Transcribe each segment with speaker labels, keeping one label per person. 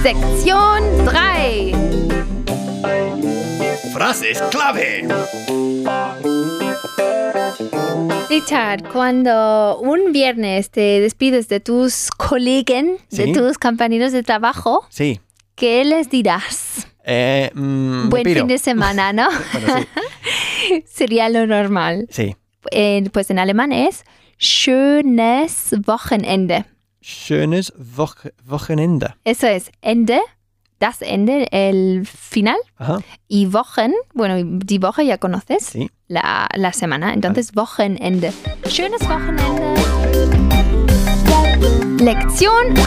Speaker 1: Sektion 3.
Speaker 2: Frases clave.
Speaker 1: Richard, cuando un viernes te despides de tus colegas,
Speaker 2: Sí.
Speaker 1: de tus compañeros de trabajo,
Speaker 2: Sí.
Speaker 1: ¿qué les dirás?
Speaker 2: Eh, mm, me
Speaker 1: Buen
Speaker 2: piro.
Speaker 1: fin de semana, ¿no?
Speaker 2: Bueno, sí.
Speaker 1: Sería lo normal.
Speaker 2: sí.
Speaker 1: En- pues en alemán es schönes Wochenende.
Speaker 2: Schönes Woch- Wochenende.
Speaker 1: Eso es Ende, das Ende, el final.
Speaker 2: Ajá.
Speaker 1: Y Wochen, bueno, die Woche ya conoces,
Speaker 2: Sí.
Speaker 1: la, la semana. Entonces, Wochenende. Schönes Wochenende. Lección 1.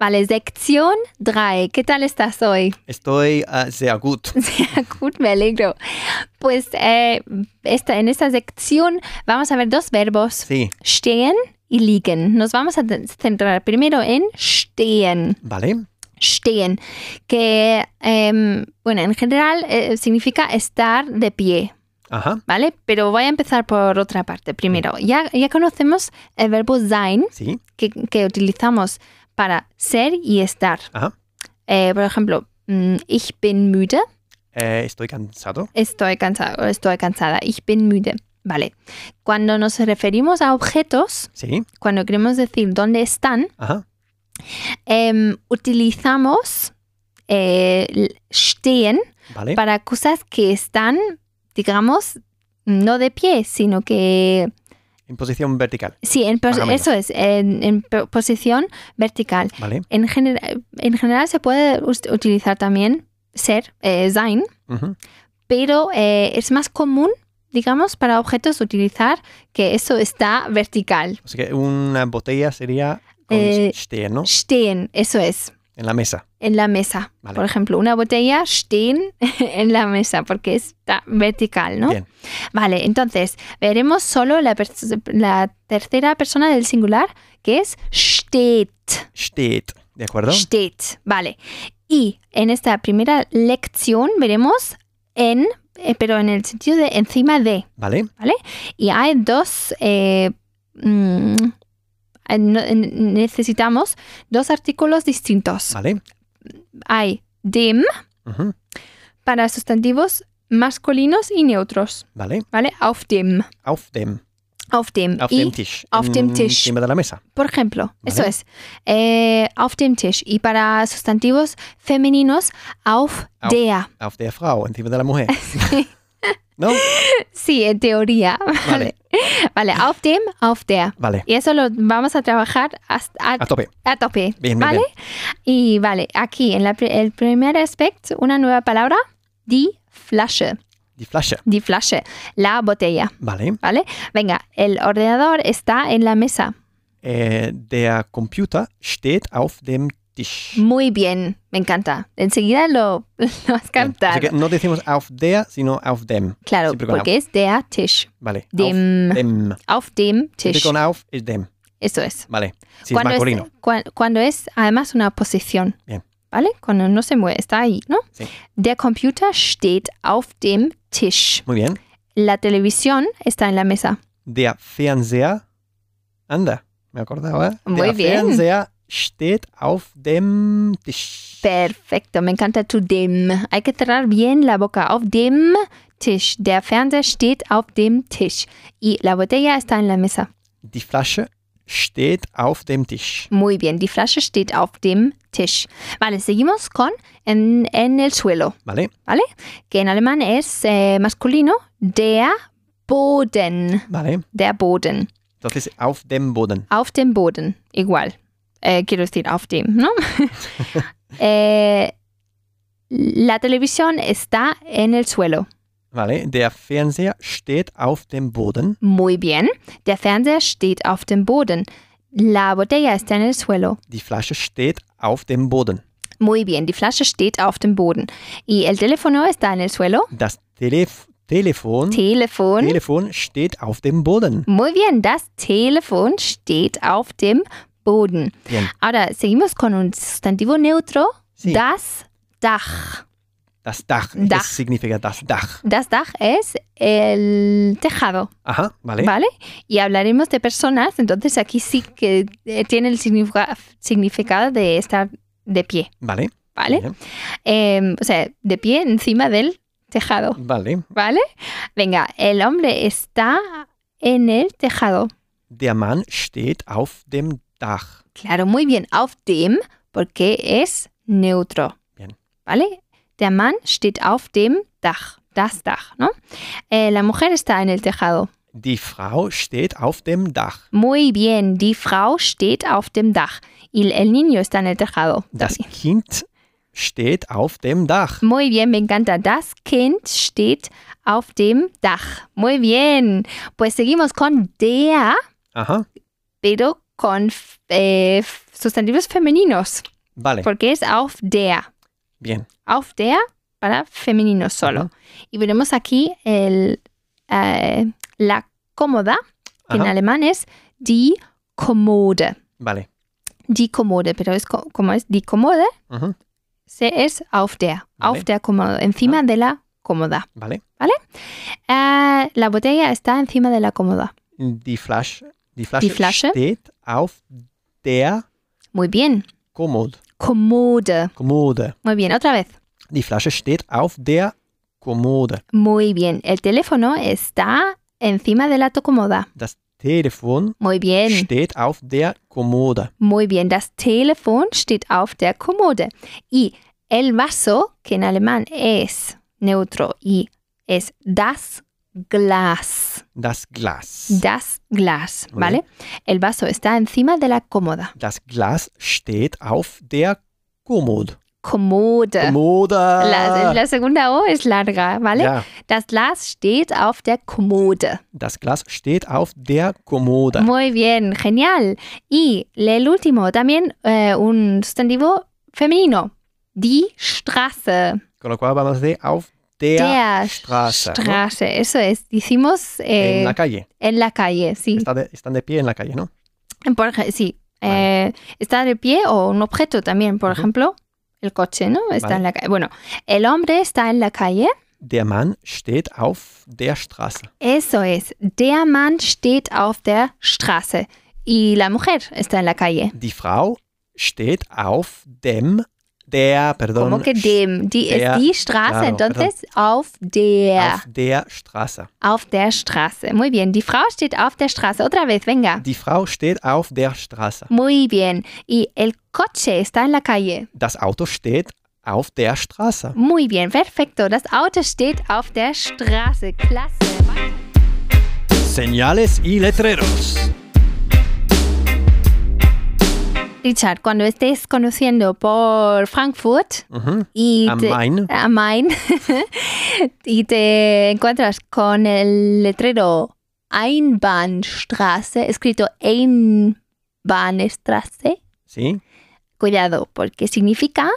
Speaker 1: Vale, Sektion 3. ¿Qué tal estás hoy?
Speaker 2: Estoy ah, sehr gut.
Speaker 1: Sehr gut, me alegro. Pues eh, esta, en esta sección vamos a ver dos verbos.
Speaker 2: Sí.
Speaker 1: Stehen y liegen. Nos vamos a centrar primero en stehen
Speaker 2: Vale.
Speaker 1: stehen, que, em, bueno, en general eh, significa estar de pie,
Speaker 2: Ajá.
Speaker 1: ¿vale? Pero voy a empezar por otra parte primero. Ya, ya conocemos el verbo sein,
Speaker 2: Sí.
Speaker 1: que, que utilizamos para ser y estar.
Speaker 2: Ajá.
Speaker 1: Eh, por ejemplo, mm, ich bin müde,
Speaker 2: Eh, estoy cansado.
Speaker 1: estoy cansado, estoy cansada, ich bin müde. Vale. Cuando nos referimos a objetos,
Speaker 2: Sí.
Speaker 1: cuando queremos decir dónde están,
Speaker 2: Ajá.
Speaker 1: em, utilizamos eh, el stehen
Speaker 2: Vale.
Speaker 1: para cosas que están, digamos, no de pie, sino que
Speaker 2: En posición vertical.
Speaker 1: sí, en pos-
Speaker 2: Más o menos.
Speaker 1: eso es, en, en po- posición vertical.
Speaker 2: Vale.
Speaker 1: En, gener- en general se puede us- utilizar también ser, eh, sein,
Speaker 2: Ujú.
Speaker 1: pero eh, es más común, digamos, para objetos utilizar que eso está vertical.
Speaker 2: O sea que una botella sería con
Speaker 1: Eh,
Speaker 2: stehen, ¿no?
Speaker 1: Stehen, eso es.
Speaker 2: En la mesa.
Speaker 1: En la mesa.
Speaker 2: Vale.
Speaker 1: Por ejemplo, una botella stehen en la mesa porque está vertical, ¿no?
Speaker 2: Bien.
Speaker 1: Vale, entonces veremos solo la, pers- la tercera persona del singular, que es steht.
Speaker 2: Steht. ¿De acuerdo?
Speaker 1: Steht, vale. Y en esta primera lección veremos en, eh, pero en el sentido de encima de.
Speaker 2: Vale.
Speaker 1: Y hay dos, eh, mm, eh, no- eh, necesitamos dos artículos distintos.
Speaker 2: Vale.
Speaker 1: Hay dem
Speaker 2: Ujú.
Speaker 1: para sustantivos masculinos y neutros,
Speaker 2: Vale.
Speaker 1: ¿vale? Auf dem.
Speaker 2: Auf dem.
Speaker 1: Auf dem.
Speaker 2: Auf
Speaker 1: y
Speaker 2: dem Tisch.
Speaker 1: auf dem Tisch.
Speaker 2: Encima de la mesa.
Speaker 1: Por ejemplo, eso
Speaker 2: Vale.
Speaker 1: es. eh, auf dem Tisch. Y para sustantivos femeninos, auf,
Speaker 2: Auf.
Speaker 1: der.
Speaker 2: Auf der Frau. Encima de la mujer. ¿No?
Speaker 1: Sí, en teoría.
Speaker 2: Vale.
Speaker 1: Vale,
Speaker 2: Ah.
Speaker 1: auf dem, auf der.
Speaker 2: Vale.
Speaker 1: Y eso lo vamos a trabajar hasta, a,
Speaker 2: A tope.
Speaker 1: a tope.
Speaker 2: Bien, bien,
Speaker 1: ¿Vale?
Speaker 2: bien.
Speaker 1: Y vale, aquí en la pri- el primer aspecto, una nueva palabra, die Flasche.
Speaker 2: Die Flasche.
Speaker 1: Die Flasche, la botella.
Speaker 2: Vale.
Speaker 1: ¿Vale? Venga, el ordenador está en la mesa.
Speaker 2: Äh, der Computer steht auf dem Tisch.
Speaker 1: Muy bien, me encanta. Enseguida lo, lo has
Speaker 2: Bien.
Speaker 1: captado.
Speaker 2: Also que no decimos auf der, sino auf dem.
Speaker 1: Claro,
Speaker 2: Siempre con
Speaker 1: porque es der Tisch.
Speaker 2: Vale.
Speaker 1: Dem.
Speaker 2: Auf dem.
Speaker 1: Auf dem
Speaker 2: Siempre
Speaker 1: Tisch.
Speaker 2: con auf es dem.
Speaker 1: Eso es.
Speaker 2: Vale. Si es
Speaker 1: Cuando es,
Speaker 2: masculino.
Speaker 1: cua- cuando es además una posición.
Speaker 2: Bien.
Speaker 1: ¿Vale? Cuando no se mueve, está ahí, ¿no?
Speaker 2: Sí.
Speaker 1: Der Computer steht auf dem Tisch.
Speaker 2: Muy bien.
Speaker 1: La televisión está en la mesa.
Speaker 2: Der Fernseher. Anda. Me acordaba.
Speaker 1: Muy
Speaker 2: der
Speaker 1: bien.
Speaker 2: Fernseher steht auf dem Tisch.
Speaker 1: Perfecto, me encanta tu dem. Hay que cerrar bien la boca. Auf dem Tisch. Der Fernseher steht auf dem Tisch. Y la botella está en la mesa.
Speaker 2: Die Flasche steht auf dem Tisch.
Speaker 1: Muy bien, die Flasche steht auf dem Tisch. Vale, seguimos con en, en el suelo,
Speaker 2: Vale.
Speaker 1: que en alemán es eh, masculino, der Boden.
Speaker 2: Vale.
Speaker 1: Der Boden.
Speaker 2: Entonces, auf dem Boden.
Speaker 1: Auf dem Boden, igual. Eh, quiero decir, auf dem, ¿no? Eh, la televisión está en el suelo.
Speaker 2: Vale. Der Fernseher steht auf dem Boden.
Speaker 1: Muy bien. Der Fernseher steht auf dem Boden. La botella está en el suelo.
Speaker 2: Die Flasche steht auf dem Boden.
Speaker 1: Muy bien, die Flasche steht auf dem Boden. Y el teléfono está en el suelo.
Speaker 2: Das Telef Telefon,
Speaker 1: Telefon.
Speaker 2: Telefon steht auf dem Boden.
Speaker 1: Muy bien, das Telefon steht auf dem Boden.
Speaker 2: Bien.
Speaker 1: Ahora seguimos con un sustantivo neutro.
Speaker 2: Sí.
Speaker 1: Das Dach.
Speaker 2: Das Dach.
Speaker 1: Dach.
Speaker 2: Es significa das Dach.
Speaker 1: Das Dach es el tejado,
Speaker 2: Ajá, ¿vale?
Speaker 1: ¿vale? Y hablaremos de personas, entonces aquí sí que eh, tiene el significa- significado de estar de pie,
Speaker 2: Vale.
Speaker 1: ¿vale?
Speaker 2: bien,
Speaker 1: Eh, o sea, de pie encima del tejado,
Speaker 2: Vale.
Speaker 1: ¿vale? Venga, el hombre está en el tejado.
Speaker 2: Der Mann steht auf dem Dach.
Speaker 1: Claro, muy bien. Auf dem, porque es neutro.
Speaker 2: Bien.
Speaker 1: ¿Vale? Der Mann steht auf dem Dach. Das Dach, ¿no? Eh, la mujer está en el tejado.
Speaker 2: Die Frau steht auf dem Dach.
Speaker 1: Muy bien. Die Frau steht auf dem Dach. Y el niño está en el tejado.
Speaker 2: Das Kind steht auf dem Dach.
Speaker 1: Muy bien, me encanta. Das Kind steht auf dem Dach. Muy bien. Pues seguimos con der,
Speaker 2: Aha,
Speaker 1: pero con eh, sustantivos femeninos.
Speaker 2: vale.
Speaker 1: Porque es auf der.
Speaker 2: Bien.
Speaker 1: auf der para femenino solo.
Speaker 2: Ajá.
Speaker 1: Y veremos aquí el, eh, la cómoda, que en
Speaker 2: Aha,
Speaker 1: alemán es die Kommode.
Speaker 2: vale.
Speaker 1: Die Kommode, pero es co- como es die Kommode,
Speaker 2: Mhm,
Speaker 1: se es auf der,
Speaker 2: Vale. Ah.
Speaker 1: auf der Kommode, encima de la cómoda.
Speaker 2: vale.
Speaker 1: Eh, la botella está encima de la cómoda.
Speaker 2: Die Flasche, die Flasche,
Speaker 1: Die Flasche?
Speaker 2: steht auf der
Speaker 1: Muy bien.
Speaker 2: Kommode.
Speaker 1: Kommode.
Speaker 2: Kommode.
Speaker 1: Muy bien, otra vez.
Speaker 2: Die Flasche steht auf der Kommode.
Speaker 1: Muy bien. El teléfono está encima de la to- cómoda.
Speaker 2: Das Telefon
Speaker 1: Muy bien.
Speaker 2: steht auf der Kommode.
Speaker 1: Muy bien, das Telefon steht auf der Kommode. Y el vaso, que en alemán es neutro y es das Glas.
Speaker 2: Das Glas.
Speaker 1: Das Glas,
Speaker 2: Muy
Speaker 1: ¿vale? El vaso está encima de la cómoda.
Speaker 2: Das Glas steht auf der Kommode.
Speaker 1: Kommode.
Speaker 2: Kommode. Ah.
Speaker 1: La, la segunda O es larga, ¿vale?
Speaker 2: Ja,
Speaker 1: Das Glas steht auf der Kommode.
Speaker 2: das Glas steht auf der Kommode.
Speaker 1: Muy bien, genial. Y el último, también eh, un sustantivo femenino. Die Straße.
Speaker 2: Con lo cual vamos a decir auf der,
Speaker 1: Der
Speaker 2: Straße. ¿no?
Speaker 1: Straße, eso es. Hicimos eh,
Speaker 2: En la calle.
Speaker 1: en la calle, sí.
Speaker 2: Está de- están de pie en la calle, ¿no?
Speaker 1: Por ej- sí. Eh, está de pie o un objeto también, por
Speaker 2: Ujú.
Speaker 1: ejemplo, el coche, ¿no? Está
Speaker 2: Vale.
Speaker 1: en la calle. Bueno, el hombre está en la calle.
Speaker 2: Der Mann steht auf der Straße.
Speaker 1: Eso es. Der Mann steht auf der Straße. Y la mujer está en la calle.
Speaker 2: Die Frau steht auf dem, der, perdón,
Speaker 1: Como que dem, die
Speaker 2: der-
Speaker 1: es die Straße,
Speaker 2: claro,
Speaker 1: entonces auf der,
Speaker 2: auf der Straße.
Speaker 1: auf der Straße. Muy bien, die Frau steht auf der Straße. Otra vez, venga.
Speaker 2: Die Frau steht auf der Straße.
Speaker 1: Muy bien. Y el coche está en la calle.
Speaker 2: Das Auto steht auf der Straße.
Speaker 1: Muy bien, perfecto. Das Auto steht auf der Straße. Klasse.
Speaker 2: Señales y letreros.
Speaker 1: Richard, cuando estés conduciendo por Frankfurt
Speaker 2: Mhm.
Speaker 1: y
Speaker 2: Am
Speaker 1: te,
Speaker 2: Main.
Speaker 1: am Main y te encuentras con el letrero Einbahnstraße, escrito Einbahnstraße,
Speaker 2: Sí.
Speaker 1: cuidado, porque significa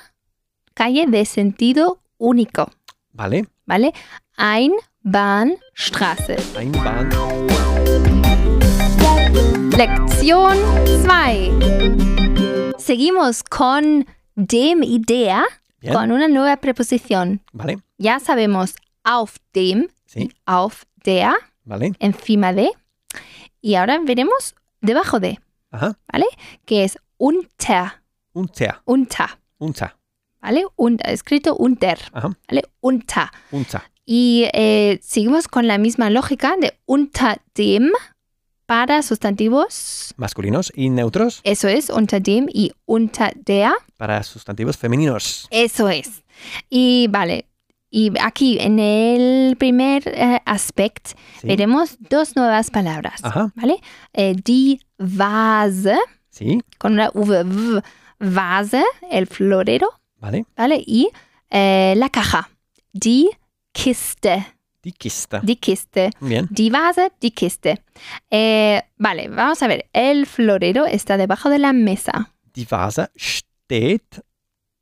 Speaker 1: calle de sentido único,
Speaker 2: Vale.
Speaker 1: ¿vale? Einbahnstraße.
Speaker 2: Einbahn.
Speaker 1: Lección 2. Seguimos con dem idea,
Speaker 2: Bien.
Speaker 1: con una nueva preposición.
Speaker 2: Vale.
Speaker 1: Ya sabemos auf dem,
Speaker 2: Sí.
Speaker 1: auf der,
Speaker 2: Vale.
Speaker 1: encima de. Y ahora veremos debajo de,
Speaker 2: Ajá.
Speaker 1: que es unter,
Speaker 2: Unter.
Speaker 1: unter,
Speaker 2: Unter.
Speaker 1: ¿vale? Un- escrito unter,
Speaker 2: Ajá.
Speaker 1: ¿vale? Unter.
Speaker 2: Unter.
Speaker 1: Y eh, seguimos con la misma lógica de unter dem para sustantivos.
Speaker 2: Masculinos y neutros
Speaker 1: Eso es, unter dem y unter der.
Speaker 2: para sustantivos femeninos.
Speaker 1: Eso es. Y vale, y aquí en el primer eh, aspecto
Speaker 2: Sí. Ah.
Speaker 1: veremos dos nuevas palabras,
Speaker 2: Ajá.
Speaker 1: ¿vale? Eh, die Vase,
Speaker 2: Sí.
Speaker 1: con una V, v, Vase, el florero,
Speaker 2: Vale.
Speaker 1: ¿vale? Y eh, la caja, die Kiste,
Speaker 2: Die Kiste.
Speaker 1: die Kiste.
Speaker 2: Bien.
Speaker 1: Die Vase, die Kiste. Eh, vale, vamos a ver. El florero está debajo de la mesa.
Speaker 2: Die Vase steht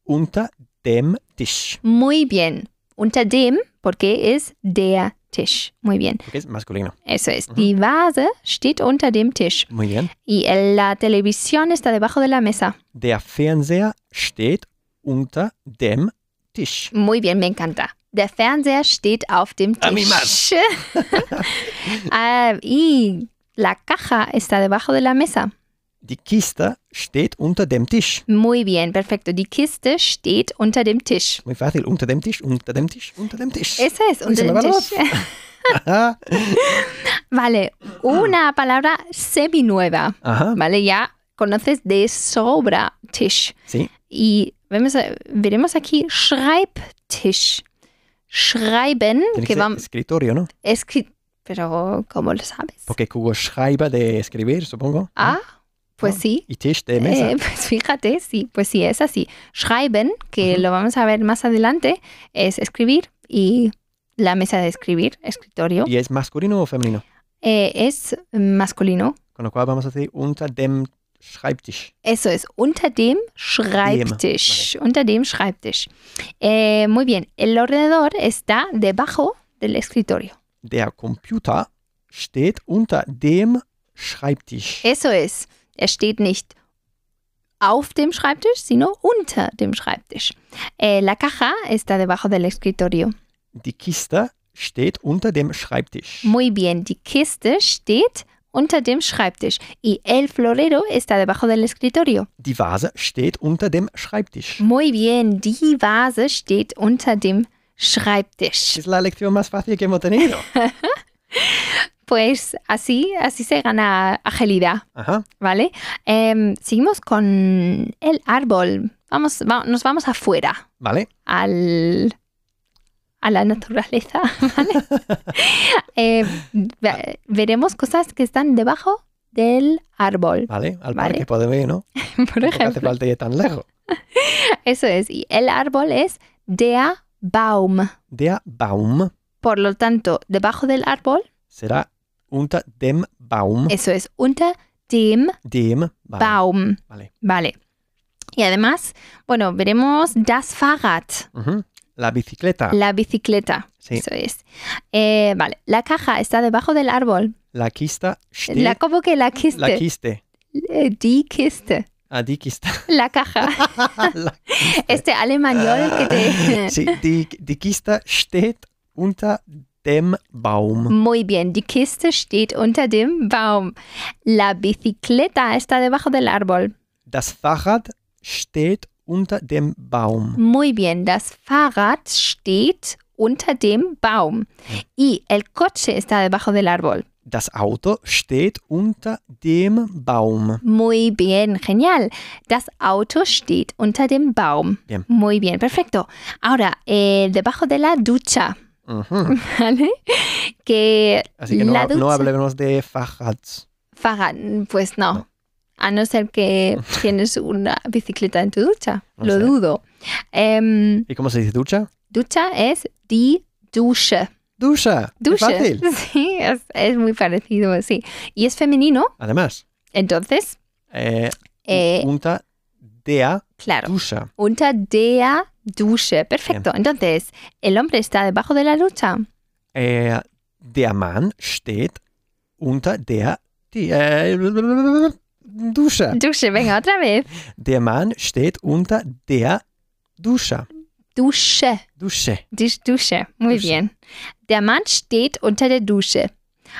Speaker 2: unter dem Tisch.
Speaker 1: Muy bien. Unter dem, porque es der Tisch. Muy bien.
Speaker 2: Porque es masculino.
Speaker 1: Eso es.
Speaker 2: Ujú.
Speaker 1: Die Vase steht unter dem Tisch
Speaker 2: Muy bien.
Speaker 1: y el- la televisión está debajo de la mesa.
Speaker 2: Der Fernseher steht unter dem Tisch.
Speaker 1: Muy bien, me encanta. Der Fernseher steht auf dem
Speaker 2: A mi
Speaker 1: Tisch. Ah, y la caja está debajo de la mesa.
Speaker 2: Die Kiste steht unter dem Tisch.
Speaker 1: Muy bien, perfecto. Die Kiste steht unter dem Tisch.
Speaker 2: Muy fácil, unter dem Tisch, unter dem Tisch, unter dem Tisch.
Speaker 1: Esa es,
Speaker 2: Uy, se
Speaker 1: unter
Speaker 2: me
Speaker 1: dem
Speaker 2: va la
Speaker 1: Tisch.
Speaker 2: Ajá.
Speaker 1: Vale, una palabra seminueva.
Speaker 2: Ajá.
Speaker 1: Vale, ya conoces de sobra Tisch.
Speaker 2: Sí.
Speaker 1: Y vemos, veremos aquí Schreibtisch. Schreiben,
Speaker 2: Tiene
Speaker 1: que
Speaker 2: que ser
Speaker 1: vamos.
Speaker 2: escritorio, ¿no?
Speaker 1: Pero, ¿cómo lo sabes?
Speaker 2: Porque Hugo Schreiber de escribir, supongo.
Speaker 1: Ah, pues
Speaker 2: ¿no?
Speaker 1: sí.
Speaker 2: Y Tisch de mesa.
Speaker 1: Eh, pues fíjate, sí, pues sí, es así. Schreiben, que
Speaker 2: Ujú.
Speaker 1: lo vamos a ver más adelante, es escribir y la mesa de escribir, escritorio,
Speaker 2: ¿Y es masculino o femenino?
Speaker 1: eh, es masculino.
Speaker 2: Con lo cual vamos a decir unter dem Schreibtisch.
Speaker 1: Eso es, unter dem Schreibtisch. Unter dem Schreibtisch. Eh, muy bien, el ordenador está debajo del escritorio.
Speaker 2: Der Computer steht unter dem Schreibtisch.
Speaker 1: Eso es, er steht nicht auf dem Schreibtisch, sino unter dem Schreibtisch. Eh, la caja está debajo del escritorio.
Speaker 2: Die Kiste steht unter dem Schreibtisch.
Speaker 1: Muy bien, die Kiste steht unter dem Schreibtisch. Y el florero está debajo del escritorio.
Speaker 2: Die Vase steht unter dem Schreibtisch.
Speaker 1: Muy bien, die Vase steht unter dem Schreibtisch.
Speaker 2: Es la lección más fácil que hemos tenido.
Speaker 1: Pues así, así se gana agilidad,
Speaker 2: Ajá.
Speaker 1: ¿vale? Em, seguimos con el árbol. Vamos, va- nos vamos afuera,
Speaker 2: Vale.
Speaker 1: al, a la naturaleza, ¿vale? Eh, ve- veremos cosas que están debajo del árbol,
Speaker 2: Vale. Al
Speaker 1: Vale.
Speaker 2: parque podemos ir, ¿no?
Speaker 1: por
Speaker 2: Tampoco hace
Speaker 1: ejemplo.
Speaker 2: falta ir tan lejos.
Speaker 1: Eso es. Y el árbol es der Baum.
Speaker 2: Der Baum
Speaker 1: Por lo tanto, debajo del árbol,
Speaker 2: será unter dem Baum.
Speaker 1: eso es unter dem
Speaker 2: Dem
Speaker 1: Eh.
Speaker 2: Baum.
Speaker 1: Baum.
Speaker 2: Vale.
Speaker 1: Y además, bueno, veremos das Fahrrad,
Speaker 2: Ujú. La bicicleta.
Speaker 1: la bicicleta.
Speaker 2: Ah. sí.
Speaker 1: Eso es. Eh, vale, la caja está debajo del árbol.
Speaker 2: La Kiste steht.
Speaker 1: La, ¿Cómo que la kiste?
Speaker 2: la Kiste.
Speaker 1: Eh, Die Kiste.
Speaker 2: Ah, die Kiste.
Speaker 1: La caja.
Speaker 2: La
Speaker 1: Este alemanol que te...
Speaker 2: Sí, die, die Kiste steht unter dem Baum.
Speaker 1: Muy bien, die Kiste steht unter dem Baum. La bicicleta está debajo del árbol.
Speaker 2: Das Fahrrad steht unter dem Baum.
Speaker 1: Muy bien, das Fahrrad steht unter dem Baum. Y el coche está debajo del árbol.
Speaker 2: Das Auto steht unter dem Baum.
Speaker 1: Muy bien, genial. Das Auto steht unter dem Baum.
Speaker 2: Bien.
Speaker 1: Muy bien, perfecto. Ahora, eh, debajo de la ducha,
Speaker 2: Mhm.
Speaker 1: ¿vale? Que
Speaker 2: Así que no,
Speaker 1: la
Speaker 2: ha-
Speaker 1: ducha...
Speaker 2: no hablemos de Fahrrad.
Speaker 1: Fahrrad, pues no.
Speaker 2: No.
Speaker 1: A no ser que tienes una bicicleta en tu ducha.
Speaker 2: No
Speaker 1: Lo
Speaker 2: sé.
Speaker 1: dudo. Em,
Speaker 2: ¿Y cómo se dice ducha?
Speaker 1: ducha es die Dusche.
Speaker 2: Duscha. Qué
Speaker 1: Dusche.
Speaker 2: Fácil.
Speaker 1: Sí, es, es muy parecido, sí. Y es femenino,
Speaker 2: Además,
Speaker 1: entonces,
Speaker 2: eh,
Speaker 1: eh,
Speaker 2: unter der
Speaker 1: claro,
Speaker 2: Duscha.
Speaker 1: unter der Dusche. Perfecto. Entonces, el hombre está debajo de la ducha.
Speaker 2: Äh, der Mann steht unter der die, äh, Dusche.
Speaker 1: Dusche, venga, otra vez.
Speaker 2: Der Mann steht unter der Dusche.
Speaker 1: Dusche,
Speaker 2: Dusche.
Speaker 1: Dis- Dusche. Muy
Speaker 2: Dusche.
Speaker 1: bien. Der Mann steht unter der Dusche.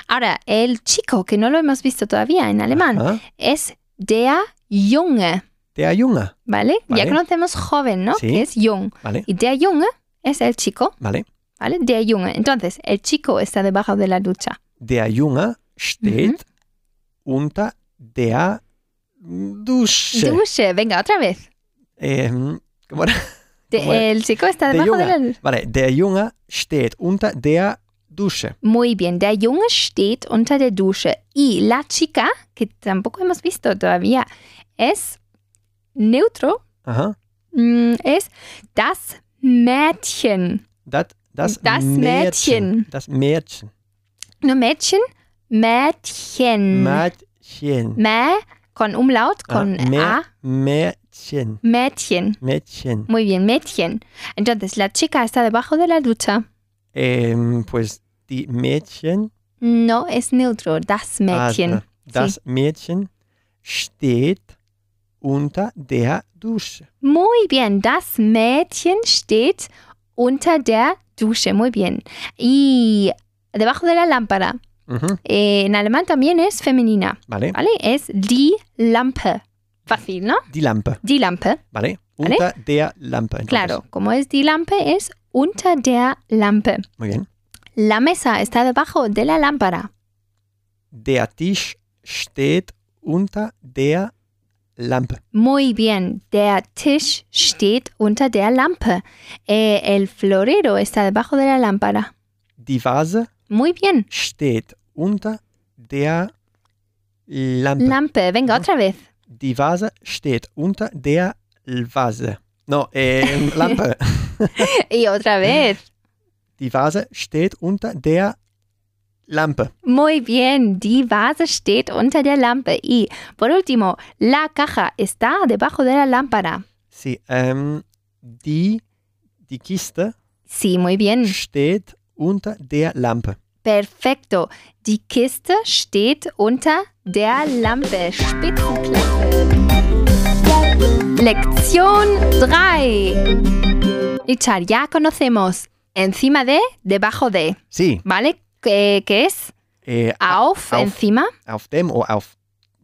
Speaker 1: Ahora, el chico, que no lo hemos visto todavía en alemán,
Speaker 2: Aha.
Speaker 1: es der Junge,
Speaker 2: Der Junge.
Speaker 1: ¿vale? Ya
Speaker 2: Vale.
Speaker 1: conocemos joven, ¿no?
Speaker 2: Sí.
Speaker 1: Que es jung.
Speaker 2: Vale,
Speaker 1: Y der Junge es el chico.
Speaker 2: vale.
Speaker 1: ¿Vale? Der Junge. Entonces, el chico está debajo de la ducha.
Speaker 2: Der Junge steht
Speaker 1: Mhm.
Speaker 2: unter der Dusche.
Speaker 1: Dusche, venga, otra vez.
Speaker 2: Ähm, ¿cómo era?
Speaker 1: De-
Speaker 2: Bueno,
Speaker 1: el chico está
Speaker 2: der
Speaker 1: debajo de
Speaker 2: Junge.
Speaker 1: la ducha.
Speaker 2: Vale, der Junge steht unter der Dusche.
Speaker 1: Muy bien, der Junge steht unter der Dusche. Y la chica, que tampoco hemos visto todavía, es neutro,
Speaker 2: Aha.
Speaker 1: mm, es das Mädchen.
Speaker 2: Das, das,
Speaker 1: Das Mädchen.
Speaker 2: Das Mädchen.
Speaker 1: No Mädchen, Mädchen.
Speaker 2: Mädchen.
Speaker 1: Mä, con umlaut, con
Speaker 2: Ah, Mä-
Speaker 1: A.
Speaker 2: Mädchen.
Speaker 1: Mädchen.
Speaker 2: Mädchen.
Speaker 1: Muy bien, Mädchen. Entonces, la chica está debajo de la ducha.
Speaker 2: Ähm, pues die Mädchen,
Speaker 1: No,
Speaker 2: Ah,
Speaker 1: es neutro, das Mädchen.
Speaker 2: also das Mädchen äh, steht unter der Dusche.
Speaker 1: Muy bien, das Mädchen steht unter der Dusche. Muy bien. Y debajo de la lámpara.
Speaker 2: Mhm.
Speaker 1: Eh, en alemán también es femenina,
Speaker 2: Vale.
Speaker 1: ¿vale? Es die Lampe. Fácil, ¿no?
Speaker 2: Die Lampe.
Speaker 1: Die Lampe.
Speaker 2: Vale.
Speaker 1: Vale.
Speaker 2: Unter der Lampe. entonces.
Speaker 1: Claro, como es die Lampe, es unter der Lampe.
Speaker 2: Muy bien.
Speaker 1: La mesa está debajo de la lámpara.
Speaker 2: Der Tisch steht unter der Lampe.
Speaker 1: Muy bien, der Tisch steht unter der Lampe. Eh, el florero está debajo de la lámpara.
Speaker 2: Die Vase
Speaker 1: Muy bien,
Speaker 2: steht unter der Lampe.
Speaker 1: Lampe. Venga, otra vez.
Speaker 2: Die Vase steht unter der Vase. No, ähm, Lampe.
Speaker 1: Y otra vez.
Speaker 2: Die Vase steht unter der Lampe.
Speaker 1: Muy bien, die Vase steht unter der Lampe. Y por último, la caja está debajo de la lámpara.
Speaker 2: Sie, ähm, die, die Kiste
Speaker 1: Sí, muy bien.
Speaker 2: steht unter der Lampe.
Speaker 1: Perfecto. Die Kiste steht unter der Lampe. Spitzenklasse. Lección 3. Richard, ya conocemos encima de, debajo de,
Speaker 2: Sie,
Speaker 1: ¿vale? ¿Qué, qué es?
Speaker 2: äh,
Speaker 1: Auf,
Speaker 2: auf.
Speaker 1: encima,
Speaker 2: auf dem oder auf,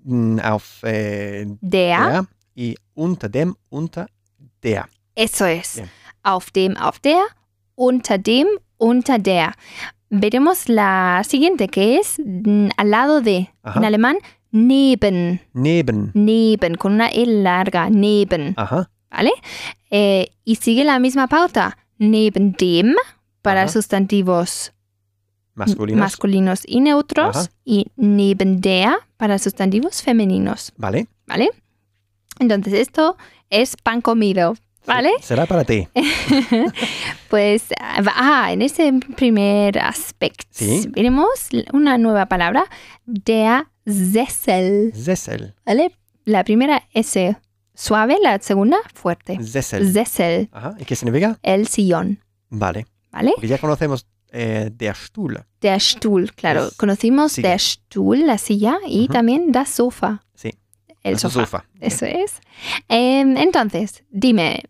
Speaker 2: mh, auf äh,
Speaker 1: der.
Speaker 2: der, i, unter dem, unter der.
Speaker 1: Eso es.
Speaker 2: Bien.
Speaker 1: Auf dem, auf der, unter dem, unter der. Veremos la siguiente que es mm, al lado de.
Speaker 2: Ajá.
Speaker 1: En alemán, neben.
Speaker 2: Neben.
Speaker 1: Neben, con una E larga, neben.
Speaker 2: Aha.
Speaker 1: ¿Vale? Eh, y sigue la misma pauta. Neben dem para
Speaker 2: Ajá.
Speaker 1: sustantivos
Speaker 2: Maskulinus.
Speaker 1: masculinos y neutros.
Speaker 2: Ajá.
Speaker 1: Y neben der para sustantivos femeninos.
Speaker 2: vale.
Speaker 1: ¿Vale? Entonces, esto es pan comido. ¿Vale? Eh.
Speaker 2: Será para ti.
Speaker 1: Pues, ah, en ese primer aspecto
Speaker 2: Sí.
Speaker 1: veremos una nueva palabra, der Sessel,
Speaker 2: Sessel.
Speaker 1: ¿vale? La primera S suave, la segunda fuerte.
Speaker 2: Sessel.
Speaker 1: Sessel,
Speaker 2: Ajá. ¿Y qué significa?
Speaker 1: el sillón,
Speaker 2: Vale.
Speaker 1: ¿vale?
Speaker 2: Porque ya conocemos eh, der Stuhl.
Speaker 1: Der Stuhl, claro.
Speaker 2: Es
Speaker 1: Conocimos
Speaker 2: silla.
Speaker 1: der Stuhl, la silla, y
Speaker 2: Ujú.
Speaker 1: también das Sofa.
Speaker 2: Sí.
Speaker 1: El
Speaker 2: also
Speaker 1: sofá.
Speaker 2: Sofa.
Speaker 1: Eso es. Em, entonces, dime,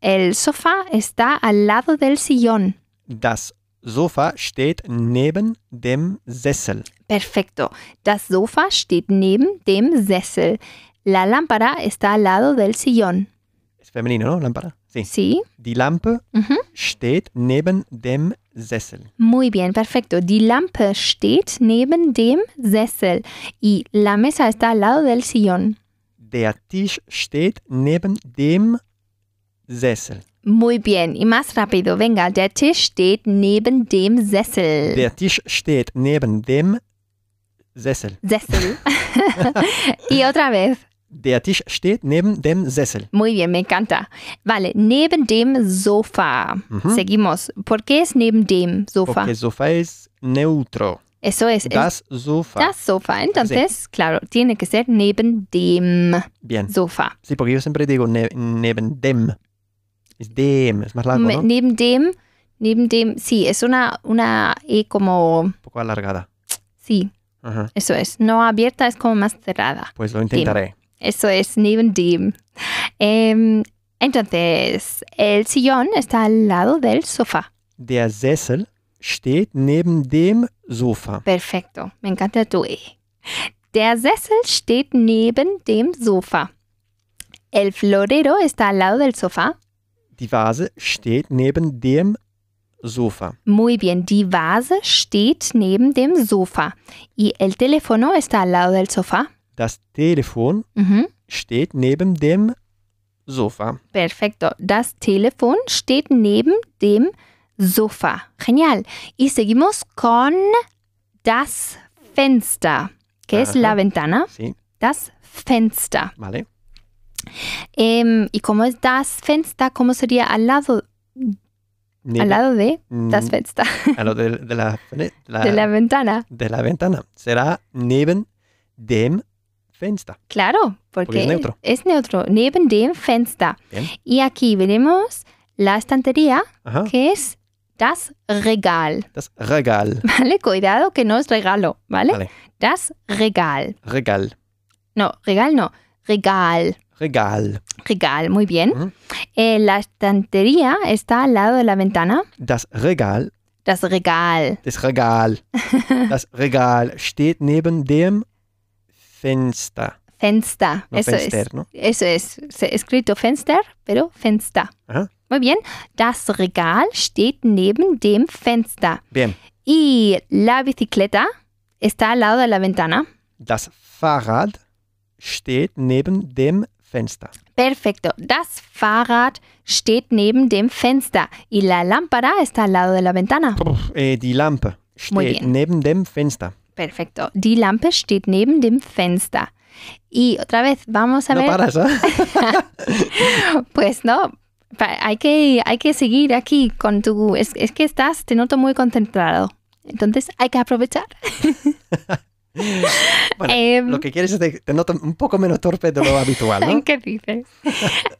Speaker 1: el sofá está al lado del sillón.
Speaker 2: Das Sofa steht neben dem Sessel.
Speaker 1: Perfecto. Das Sofa steht neben dem Sessel. La lámpara está al lado del sillón.
Speaker 2: Es femenino, ¿no? Lámpara. Sí.
Speaker 1: Sí.
Speaker 2: Die Lampe
Speaker 1: Mhm.
Speaker 2: steht neben dem Sessel.
Speaker 1: Muy bien, perfecto. Die Lampe steht neben dem Sessel. Y la mesa está al lado del sillón.
Speaker 2: Der Tisch steht neben dem Sessel.
Speaker 1: Muy bien. Y más rápido, venga. Der Tisch steht neben dem Sessel.
Speaker 2: Der Tisch steht neben dem Sessel.
Speaker 1: Sessel. y otra vez.
Speaker 2: Der Tisch steht neben dem Sessel.
Speaker 1: Muy bien, me encanta. Vale, neben dem Sofa.
Speaker 2: Mhm.
Speaker 1: Seguimos. ¿Por qué es neben dem Sofa?
Speaker 2: Porque Sofa es neutro.
Speaker 1: Eso es. es
Speaker 2: Das Sofa. Ah,
Speaker 1: Das Sofa. Entonces, claro, tiene que ser neben dem
Speaker 2: Bien.
Speaker 1: Sofa.
Speaker 2: Sí, porque yo siempre digo ne neben dem. Es dem, es más largo,
Speaker 1: Me-
Speaker 2: Ah, ¿no? Un
Speaker 1: Neben dem, neben dem, sí, es una, una E como,
Speaker 2: poco alargada.
Speaker 1: sí,
Speaker 2: Ajá.
Speaker 1: eso es. No abierta, es como más cerrada.
Speaker 2: Pues lo intentaré.
Speaker 1: Eso es, neben dem. Em, entonces, el sillón está al lado del sofá.
Speaker 2: Der Sessel steht neben dem Sofa.
Speaker 1: Perfecto, me encanta tu E. Der Sessel steht neben dem Sofa. El florero está al lado del sofá.
Speaker 2: Die Vase steht neben dem Sofa.
Speaker 1: Muy bien, die Vase steht neben dem Sofa. Y el teléfono está al lado del sofá.
Speaker 2: Das Telefon
Speaker 1: Ujú,
Speaker 2: steht neben dem Sofa.
Speaker 1: Perfecto. Das Telefon steht neben dem Sofa. Genial. Y seguimos con das Fenster, que es
Speaker 2: Ajá.
Speaker 1: la ventana.
Speaker 2: Sí,
Speaker 1: Das Fenster.
Speaker 2: vale.
Speaker 1: Em, ¿Y cómo es das Fenster? ¿Cómo sería al lado, al
Speaker 2: Neben-
Speaker 1: lado de
Speaker 2: mm, Ah.
Speaker 1: das Fenster?
Speaker 2: a lo de, de la, fene- de la-
Speaker 1: De la ventana.
Speaker 2: de la ventana. Será neben dem Fenster.
Speaker 1: Claro, porque,
Speaker 2: Porque es neutro.
Speaker 1: es neutro, neben dem Fenster.
Speaker 2: Bien.
Speaker 1: Y aquí veremos la estantería,
Speaker 2: Ajá.
Speaker 1: que es das Regal,
Speaker 2: Das Regal.
Speaker 1: ¿vale? Cuidado que no es regalo, ¿vale?
Speaker 2: Vale.
Speaker 1: Das Regal.
Speaker 2: Regal.
Speaker 1: No, regal no, Regal.
Speaker 2: Regal.
Speaker 1: Regal, muy bien.
Speaker 2: Ujú.
Speaker 1: Eh, la estantería está al lado de la ventana.
Speaker 2: Das Regal,
Speaker 1: Das Regal.
Speaker 2: das Regal, das Regal steht neben dem Fenster.
Speaker 1: Fenster.
Speaker 2: No
Speaker 1: eso
Speaker 2: Fenster,
Speaker 1: es.
Speaker 2: ¿no?
Speaker 1: Eso es. Se ha escrito Fenster, pero Fenster.
Speaker 2: Ajá.
Speaker 1: Muy bien. Das Regal steht neben dem Fenster.
Speaker 2: Bien.
Speaker 1: Y la bicicleta está al lado de la ventana.
Speaker 2: Das Fahrrad steht neben dem Fenster.
Speaker 1: Perfecto. Das Fahrrad steht neben dem Fenster. Y la lámpara está al lado de la ventana.
Speaker 2: Äh, die Lampe
Speaker 1: Muy
Speaker 2: steht
Speaker 1: bien.
Speaker 2: neben dem Fenster.
Speaker 1: Perfecto. Die Lampe steht neben dem Fenster. Y otra vez, vamos a
Speaker 2: No
Speaker 1: ver.
Speaker 2: paras, ¿eh?
Speaker 1: Pues no, pa- hay que, hay que seguir aquí con tu... Es, es que estás, te noto muy concentrado. Entonces hay que aprovechar.
Speaker 2: Bueno,
Speaker 1: Em,
Speaker 2: Lo que quieres es que te noto un poco menos torpe de lo habitual, ¿no?
Speaker 1: ¿Qué dices?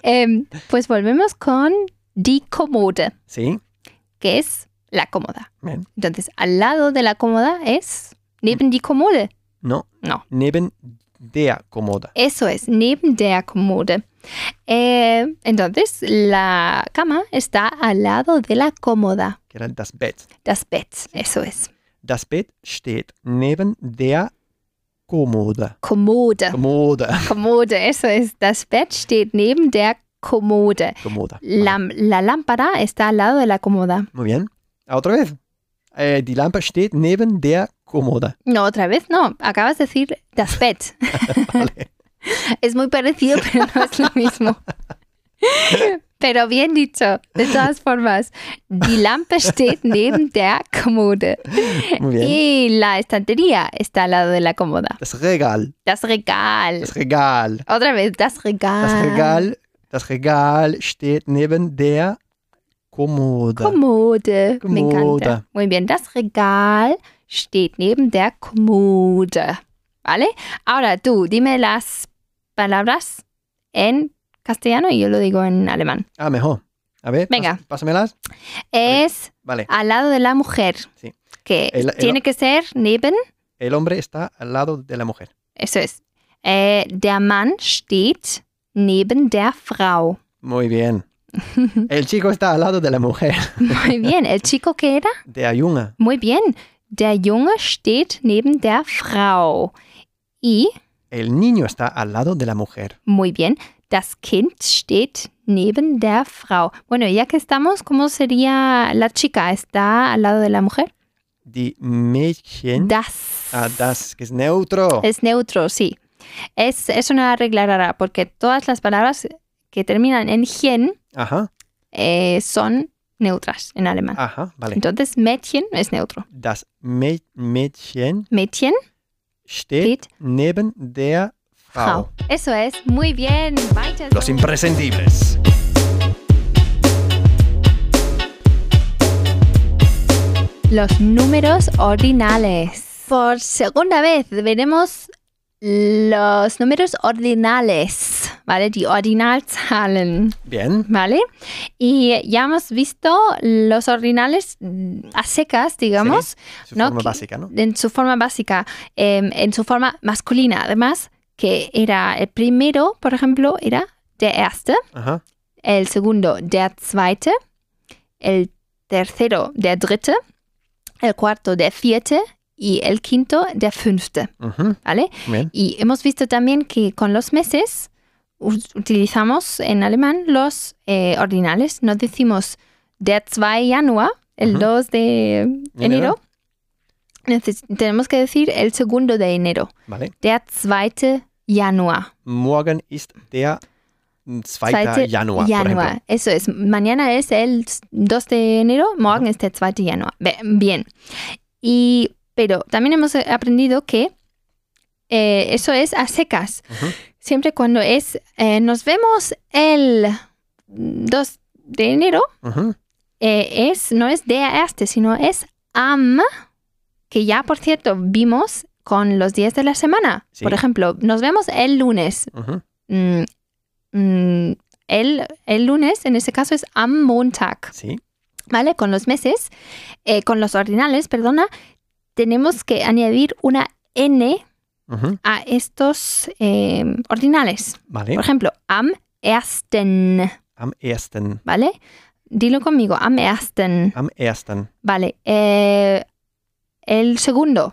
Speaker 1: Em, pues volvemos con die Kommode,
Speaker 2: Sí.
Speaker 1: que es la cómoda.
Speaker 2: Bien.
Speaker 1: Entonces, al lado de la cómoda es neben die Kommode.
Speaker 2: No.
Speaker 1: No.
Speaker 2: Neben der Komoda.
Speaker 1: Eso es, neben der Kommode. Eh, entonces, la cama está al lado de la cómoda.
Speaker 2: Que era das Bett.
Speaker 1: Das Bett, eso es.
Speaker 2: Das Bett steht neben der Komoda.
Speaker 1: Kommode.
Speaker 2: Komoda.
Speaker 1: Kommode, eso es. Das Bett steht neben der Kommode.
Speaker 2: Komoda.
Speaker 1: La, la lámpara está al lado de la cómoda.
Speaker 2: Muy bien. Ah, Otra vez. Eh, die Lampe steht neben der Komoda.
Speaker 1: No, otra vez no. Acabas de decir das Bett.
Speaker 2: Vale.
Speaker 1: Es muy parecido, pero no es lo mismo. Pero bien dicho, de todas formas. Die Lampe steht neben der Kommode.
Speaker 2: Muy bien.
Speaker 1: Y la estantería está al lado de la cómoda.
Speaker 2: Das Regal.
Speaker 1: Das Regal.
Speaker 2: Das Regal.
Speaker 1: Otra vez, das Regal.
Speaker 2: Das Regal, das Regal steht neben der Kommode.
Speaker 1: Kommode. Me
Speaker 2: Kommode.
Speaker 1: encanta. Muy bien, das Regal steht neben der Kommode. ¿Vale? Ahora tú, dime las palabras en castellano y yo lo digo en alemán.
Speaker 2: Ah, mejor. A ver,
Speaker 1: Venga.
Speaker 2: pas- pásamelas.
Speaker 1: Es
Speaker 2: Vale.
Speaker 1: al lado de la mujer.
Speaker 2: Sí.
Speaker 1: Que
Speaker 2: El- el-
Speaker 1: tiene que ser neben,
Speaker 2: El hombre está al lado de la mujer.
Speaker 1: eso es. Eh, der Mann steht neben der Frau.
Speaker 2: Muy bien. El chico está al lado de la mujer.
Speaker 1: Muy bien, ¿el chico qué era?
Speaker 2: De Ayuna.
Speaker 1: Muy bien. Der Junge steht neben der Frau. Y
Speaker 2: El niño está al lado de la mujer.
Speaker 1: Muy bien. Das Kind steht neben der Frau. Bueno, ya que estamos, ¿cómo sería la chica? ¿Está al lado de la mujer?
Speaker 2: Die Mädchen.
Speaker 1: Das.
Speaker 2: Ah, das, que es neutro.
Speaker 1: Es neutro, sí. Es, es una regla rara porque todas las palabras que terminan en gen
Speaker 2: Ajá,
Speaker 1: eh, son neutras en alemán.
Speaker 2: ajá, Ah, vale.
Speaker 1: Entonces, Mädchen es neutro.
Speaker 2: Das Mä- Mädchen
Speaker 1: Mädchen
Speaker 2: steht
Speaker 1: steht
Speaker 2: neben der Frau.
Speaker 1: Frau. Eso es. Muy bien. Vaya.
Speaker 2: Los imprescindibles.
Speaker 1: Los números ordinales. Por segunda vez veremos los números ordinales, ¿vale? Die Ordinalzahlen,
Speaker 2: Bien.
Speaker 1: ¿vale? Y ya hemos visto los ordinales mm, a secas, digamos,
Speaker 2: Su
Speaker 1: No,
Speaker 2: forma
Speaker 1: que-
Speaker 2: básica, ¿no?
Speaker 1: en su forma básica, em, en su forma masculina, además, que era el primero, por ejemplo, era der erste,
Speaker 2: Ajá.
Speaker 1: el segundo, der zweite. El tercero, der dritte. El cuarto, der vierte. Y el quinto, der fünfte.
Speaker 2: ujú,
Speaker 1: ¿Vale?
Speaker 2: Bien.
Speaker 1: Y hemos visto también que con los meses us- utilizamos en alemán los eh, ordinales. No decimos der 2 Januar, el
Speaker 2: Ujú.
Speaker 1: 2 de enero.
Speaker 2: Enero.
Speaker 1: Neces- tenemos que decir el segundo de enero.
Speaker 2: Vale.
Speaker 1: Der 2 Januar.
Speaker 2: Morgen ist der 2. Januar. por ejemplo.
Speaker 1: Eso es. Mañana es el 2 de enero, morgen es el 2 de Januar. Be- Bien. Y, pero también hemos aprendido que eh, eso es a secas.
Speaker 2: Ujú.
Speaker 1: Siempre cuando es eh, nos vemos el 2 de enero,
Speaker 2: Ujú,
Speaker 1: eh, es, no es de a este, sino es am, que ya por cierto vimos con los días de la semana.
Speaker 2: Sí.
Speaker 1: Por ejemplo, nos vemos el lunes.
Speaker 2: ujú.
Speaker 1: Mm, mm, el, el lunes, en este caso, es am Montag,
Speaker 2: Sí.
Speaker 1: ¿vale? Con los meses, eh, con los ordinales, perdona, tenemos que añadir una N
Speaker 2: Ujú,
Speaker 1: a estos eh, ordinales.
Speaker 2: Vale.
Speaker 1: Por ejemplo, am ersten,
Speaker 2: Am ersten.
Speaker 1: ¿vale? Dilo conmigo, am ersten,
Speaker 2: Am ersten.
Speaker 1: ¿vale? Eh, el segundo,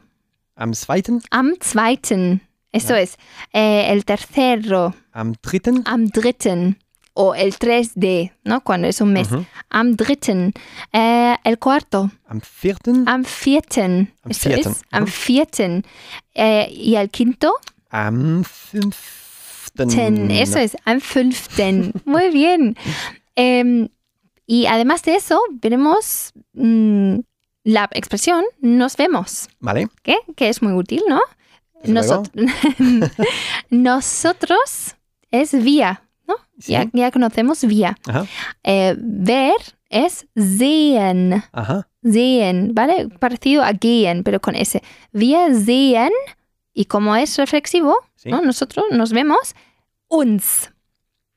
Speaker 2: Am zweiten.
Speaker 1: am zweiten. Esto
Speaker 2: Ya.
Speaker 1: es, eh, el tercero,
Speaker 2: Am dritten.
Speaker 1: am dritten. O el 3D, ¿no? Cuando es un mes.
Speaker 2: Ujú.
Speaker 1: Am dritten. Eh, el cuarto,
Speaker 2: Am vierten.
Speaker 1: am vierten.
Speaker 2: Am
Speaker 1: Esto
Speaker 2: vierten,
Speaker 1: es, am
Speaker 2: ujú.
Speaker 1: vierten. Eh, y el quinto, Ah.
Speaker 2: Am fünften.
Speaker 1: Ten, Eso es, am 15. Muy bien. Em, y además de eso, veremos mm, la expresión nos vemos,
Speaker 2: Vale.
Speaker 1: ¿qué? que es muy útil, ¿no?
Speaker 2: desde luego.
Speaker 1: Nosot- Nosotros es vía,
Speaker 2: Sí.
Speaker 1: ya, ya conocemos vía.
Speaker 2: Ajá.
Speaker 1: Eh, ver es sehen,
Speaker 2: Ajá.
Speaker 1: sehen, ¿vale? Parecido a gehen, pero con S. Wir sehen, y como es reflexivo,
Speaker 2: Sí.
Speaker 1: ¿no? nosotros nos vemos, uns,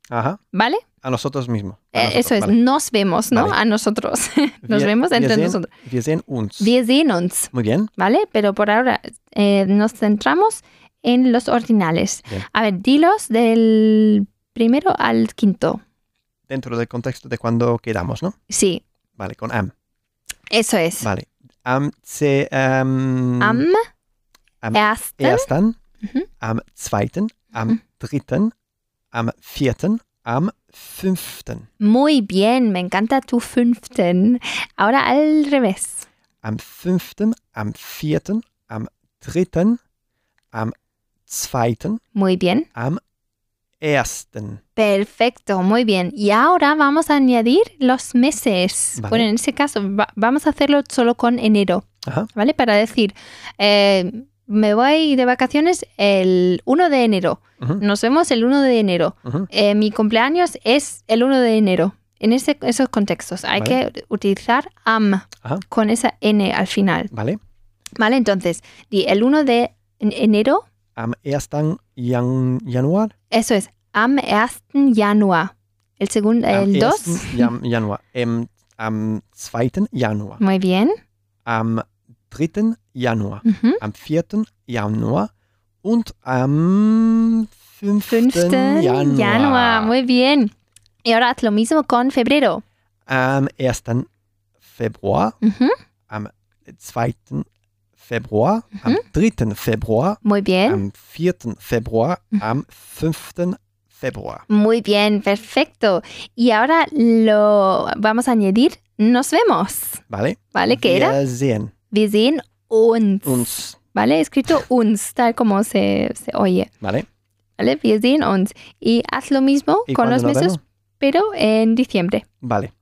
Speaker 2: Ajá.
Speaker 1: ¿vale?
Speaker 2: A nosotros mismos. A
Speaker 1: Eh,
Speaker 2: nosotros,
Speaker 1: Eso es,
Speaker 2: vale.
Speaker 1: nos vemos, ¿no?
Speaker 2: Vale.
Speaker 1: A nosotros. Nos
Speaker 2: Wir-
Speaker 1: vemos
Speaker 2: wir
Speaker 1: entre
Speaker 2: sehen-
Speaker 1: nosotros.
Speaker 2: Wir sehen uns.
Speaker 1: Wir sehen uns,
Speaker 2: Muy bien.
Speaker 1: ¿vale? Pero por ahora eh, nos centramos en los ordinales.
Speaker 2: Bien.
Speaker 1: A ver, dilos del primero al quinto.
Speaker 2: Dentro del contexto de cuando quedamos, ¿no?
Speaker 1: Sí,
Speaker 2: Vale, con am.
Speaker 1: eso es.
Speaker 2: Vale. Am ze, ähm,
Speaker 1: Am,
Speaker 2: Am er-
Speaker 1: ersten,
Speaker 2: ersten,
Speaker 1: Mhm.
Speaker 2: am zweiten, am
Speaker 1: Mhm.
Speaker 2: dritten, am vierten, am fünften,
Speaker 1: muy bien, me encanta tu fünften. Ahora al revés.
Speaker 2: am fünften, am vierten, am dritten, am zweiten,
Speaker 1: Muy bien,
Speaker 2: am ersten.
Speaker 1: perfecto, muy bien. Y ahora vamos a añadir los meses.
Speaker 2: Vale.
Speaker 1: Bueno, en ese caso va- vamos a hacerlo solo con enero.
Speaker 2: Ajá.
Speaker 1: ¿vale? Para decir, eh, me voy de vacaciones el 1 de enero,
Speaker 2: Mhm,
Speaker 1: nos vemos el 1 de enero,
Speaker 2: mhm.
Speaker 1: Eh, mi cumpleaños es el 1 de enero. En ese- esos contextos hay
Speaker 2: Vale.
Speaker 1: que utilizar am
Speaker 2: Ajá.
Speaker 1: con esa n al final,
Speaker 2: Vale.
Speaker 1: ¿vale? Entonces, di el 1 de en- enero,
Speaker 2: Am 1. Jan Januar.
Speaker 1: eso es am 1. Januar. El segundo,
Speaker 2: am
Speaker 1: el 2,
Speaker 2: 1. Jan Januar. Em, am 2. Januar.
Speaker 1: muy bien.
Speaker 2: Am 3. Januar.
Speaker 1: Ujú.
Speaker 2: am 4. Januar und am 5.
Speaker 1: 5.
Speaker 2: Januar.
Speaker 1: Januar, muy bien. Y ahora haz lo mismo con febrero.
Speaker 2: Am 1. Februar,
Speaker 1: Ujú,
Speaker 2: 2. Februar,
Speaker 1: Mhm.
Speaker 2: am 3. Februar,
Speaker 1: Muy bien.
Speaker 2: am 4. Februar,
Speaker 1: Mhm.
Speaker 2: am 5. Februar.
Speaker 1: Muy bien, perfecto. Y ahora lo vamos a añadir nos vemos,
Speaker 2: Vale?
Speaker 1: ¿vale? Que era
Speaker 2: Wir sehen
Speaker 1: wir sehen uns,
Speaker 2: uns.
Speaker 1: ¿vale? Escrito uns, tal como se, se oye,
Speaker 2: Vale?
Speaker 1: ¿vale? Wir sehen uns. Y haz lo mismo
Speaker 2: ¿Y
Speaker 1: con
Speaker 2: cuándo
Speaker 1: los
Speaker 2: nos
Speaker 1: meses,
Speaker 2: vemos?
Speaker 1: pero en diciembre.
Speaker 2: Vale.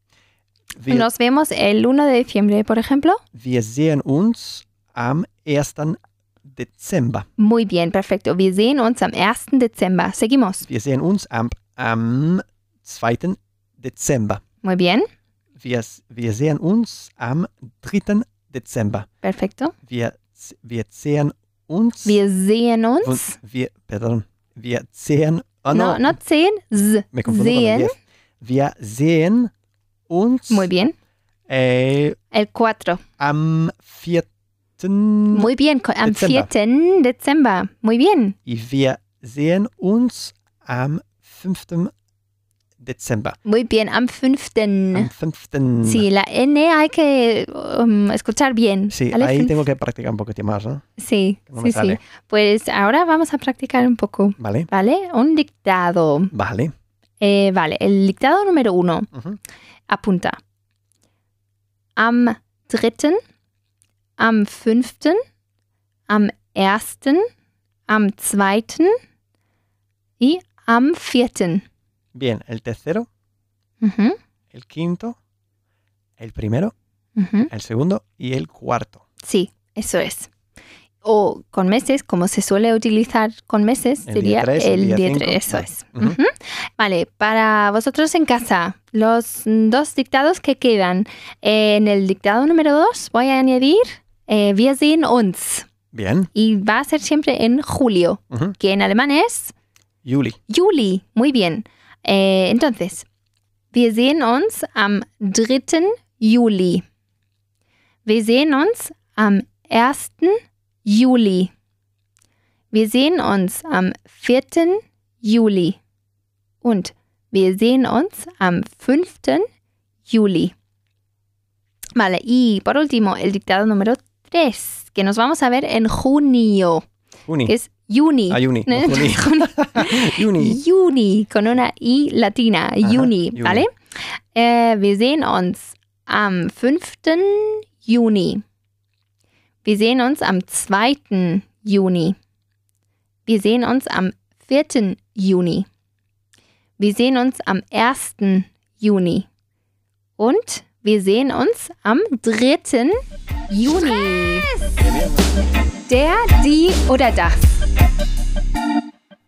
Speaker 2: Wir,
Speaker 1: Nos vemos el 1 de diciembre, por ejemplo.
Speaker 2: wir sehen uns am 1. Dezember.
Speaker 1: Muy bien, perfecto. Wir sehen uns am 1. Dezember. Seguimos.
Speaker 2: Wir sehen uns am, am 2. Dezember.
Speaker 1: Muy bien,
Speaker 2: Wir, wir sehen uns am 3. Dezember.
Speaker 1: perfecto.
Speaker 2: Wir, wir sehen uns.
Speaker 1: Wir sehen
Speaker 2: und
Speaker 1: uns.
Speaker 2: wir, pardon, wir sehen. Oh,
Speaker 1: No, no sehen, z.
Speaker 2: me confundo con el
Speaker 1: Sehen.
Speaker 2: 10. Wir sehen uns
Speaker 1: Muy bien.
Speaker 2: äh,
Speaker 1: El 4.
Speaker 2: am 4.
Speaker 1: Muy bien, co- am
Speaker 2: Dezember.
Speaker 1: 4. Dezember. Muy bien.
Speaker 2: Wir sehen uns am 5. Dezember.
Speaker 1: Muy bien, am 5.
Speaker 2: Am 5.
Speaker 1: Ne? Sí, la N hay que um, escuchar bien.
Speaker 2: Sí,
Speaker 1: ¿vale?
Speaker 2: ahí
Speaker 1: Fünf-
Speaker 2: tengo que practicar un poquito más, ¿no?
Speaker 1: Sí,
Speaker 2: No me
Speaker 1: sí, sí.
Speaker 2: sale.
Speaker 1: Pues ahora vamos a practicar un poco,
Speaker 2: Vale,
Speaker 1: ¿vale? Un dictado.
Speaker 2: vale.
Speaker 1: Eh, vale, el dictado número uno.
Speaker 2: Mhm.
Speaker 1: Apunta. Am 3., am 5., am 1., am 2. y am 4.
Speaker 2: Bien, el tercero,
Speaker 1: Ujú,
Speaker 2: el quinto, el primero,
Speaker 1: ujú.
Speaker 2: el segundo y el cuarto.
Speaker 1: Sí, eso es. O con meses, como se suele utilizar con meses,
Speaker 2: El
Speaker 1: sería
Speaker 2: día tres, el
Speaker 1: el
Speaker 2: día
Speaker 1: día
Speaker 2: cinco,
Speaker 1: tres, eso
Speaker 2: vale.
Speaker 1: es.
Speaker 2: Ujú.
Speaker 1: Ujú. Vale, para vosotros en casa, los dos dictados que quedan. En el dictado número dos voy a añadir eh, Wir sehen uns.
Speaker 2: Bien.
Speaker 1: Y va a ser siempre en julio,
Speaker 2: Ujú.
Speaker 1: que en alemán es
Speaker 2: Juli,
Speaker 1: Juli. Muy bien. Eh, entonces, wir sehen uns am 3. Juli. Wir sehen uns am 1. Juli. Wir sehen uns am 4. Juli und wir sehen uns am 5. Juli. Vale, y por último, el dictado número 3, que nos vamos a ver en junio,
Speaker 2: Uni.
Speaker 1: que es Juni.
Speaker 2: Ah, uni.
Speaker 1: Ne?
Speaker 2: no, Juni. Juni.
Speaker 1: Juni, con una I latina, Juni,
Speaker 2: Juni.
Speaker 1: ¿vale? Äh, wir sehen uns am 5. Juni. Wir sehen uns am 2. Juni. Wir sehen uns am 4. Juni. Wir sehen uns am 1. Juni. Und wir sehen uns am 3. Juni. Der, die oder das.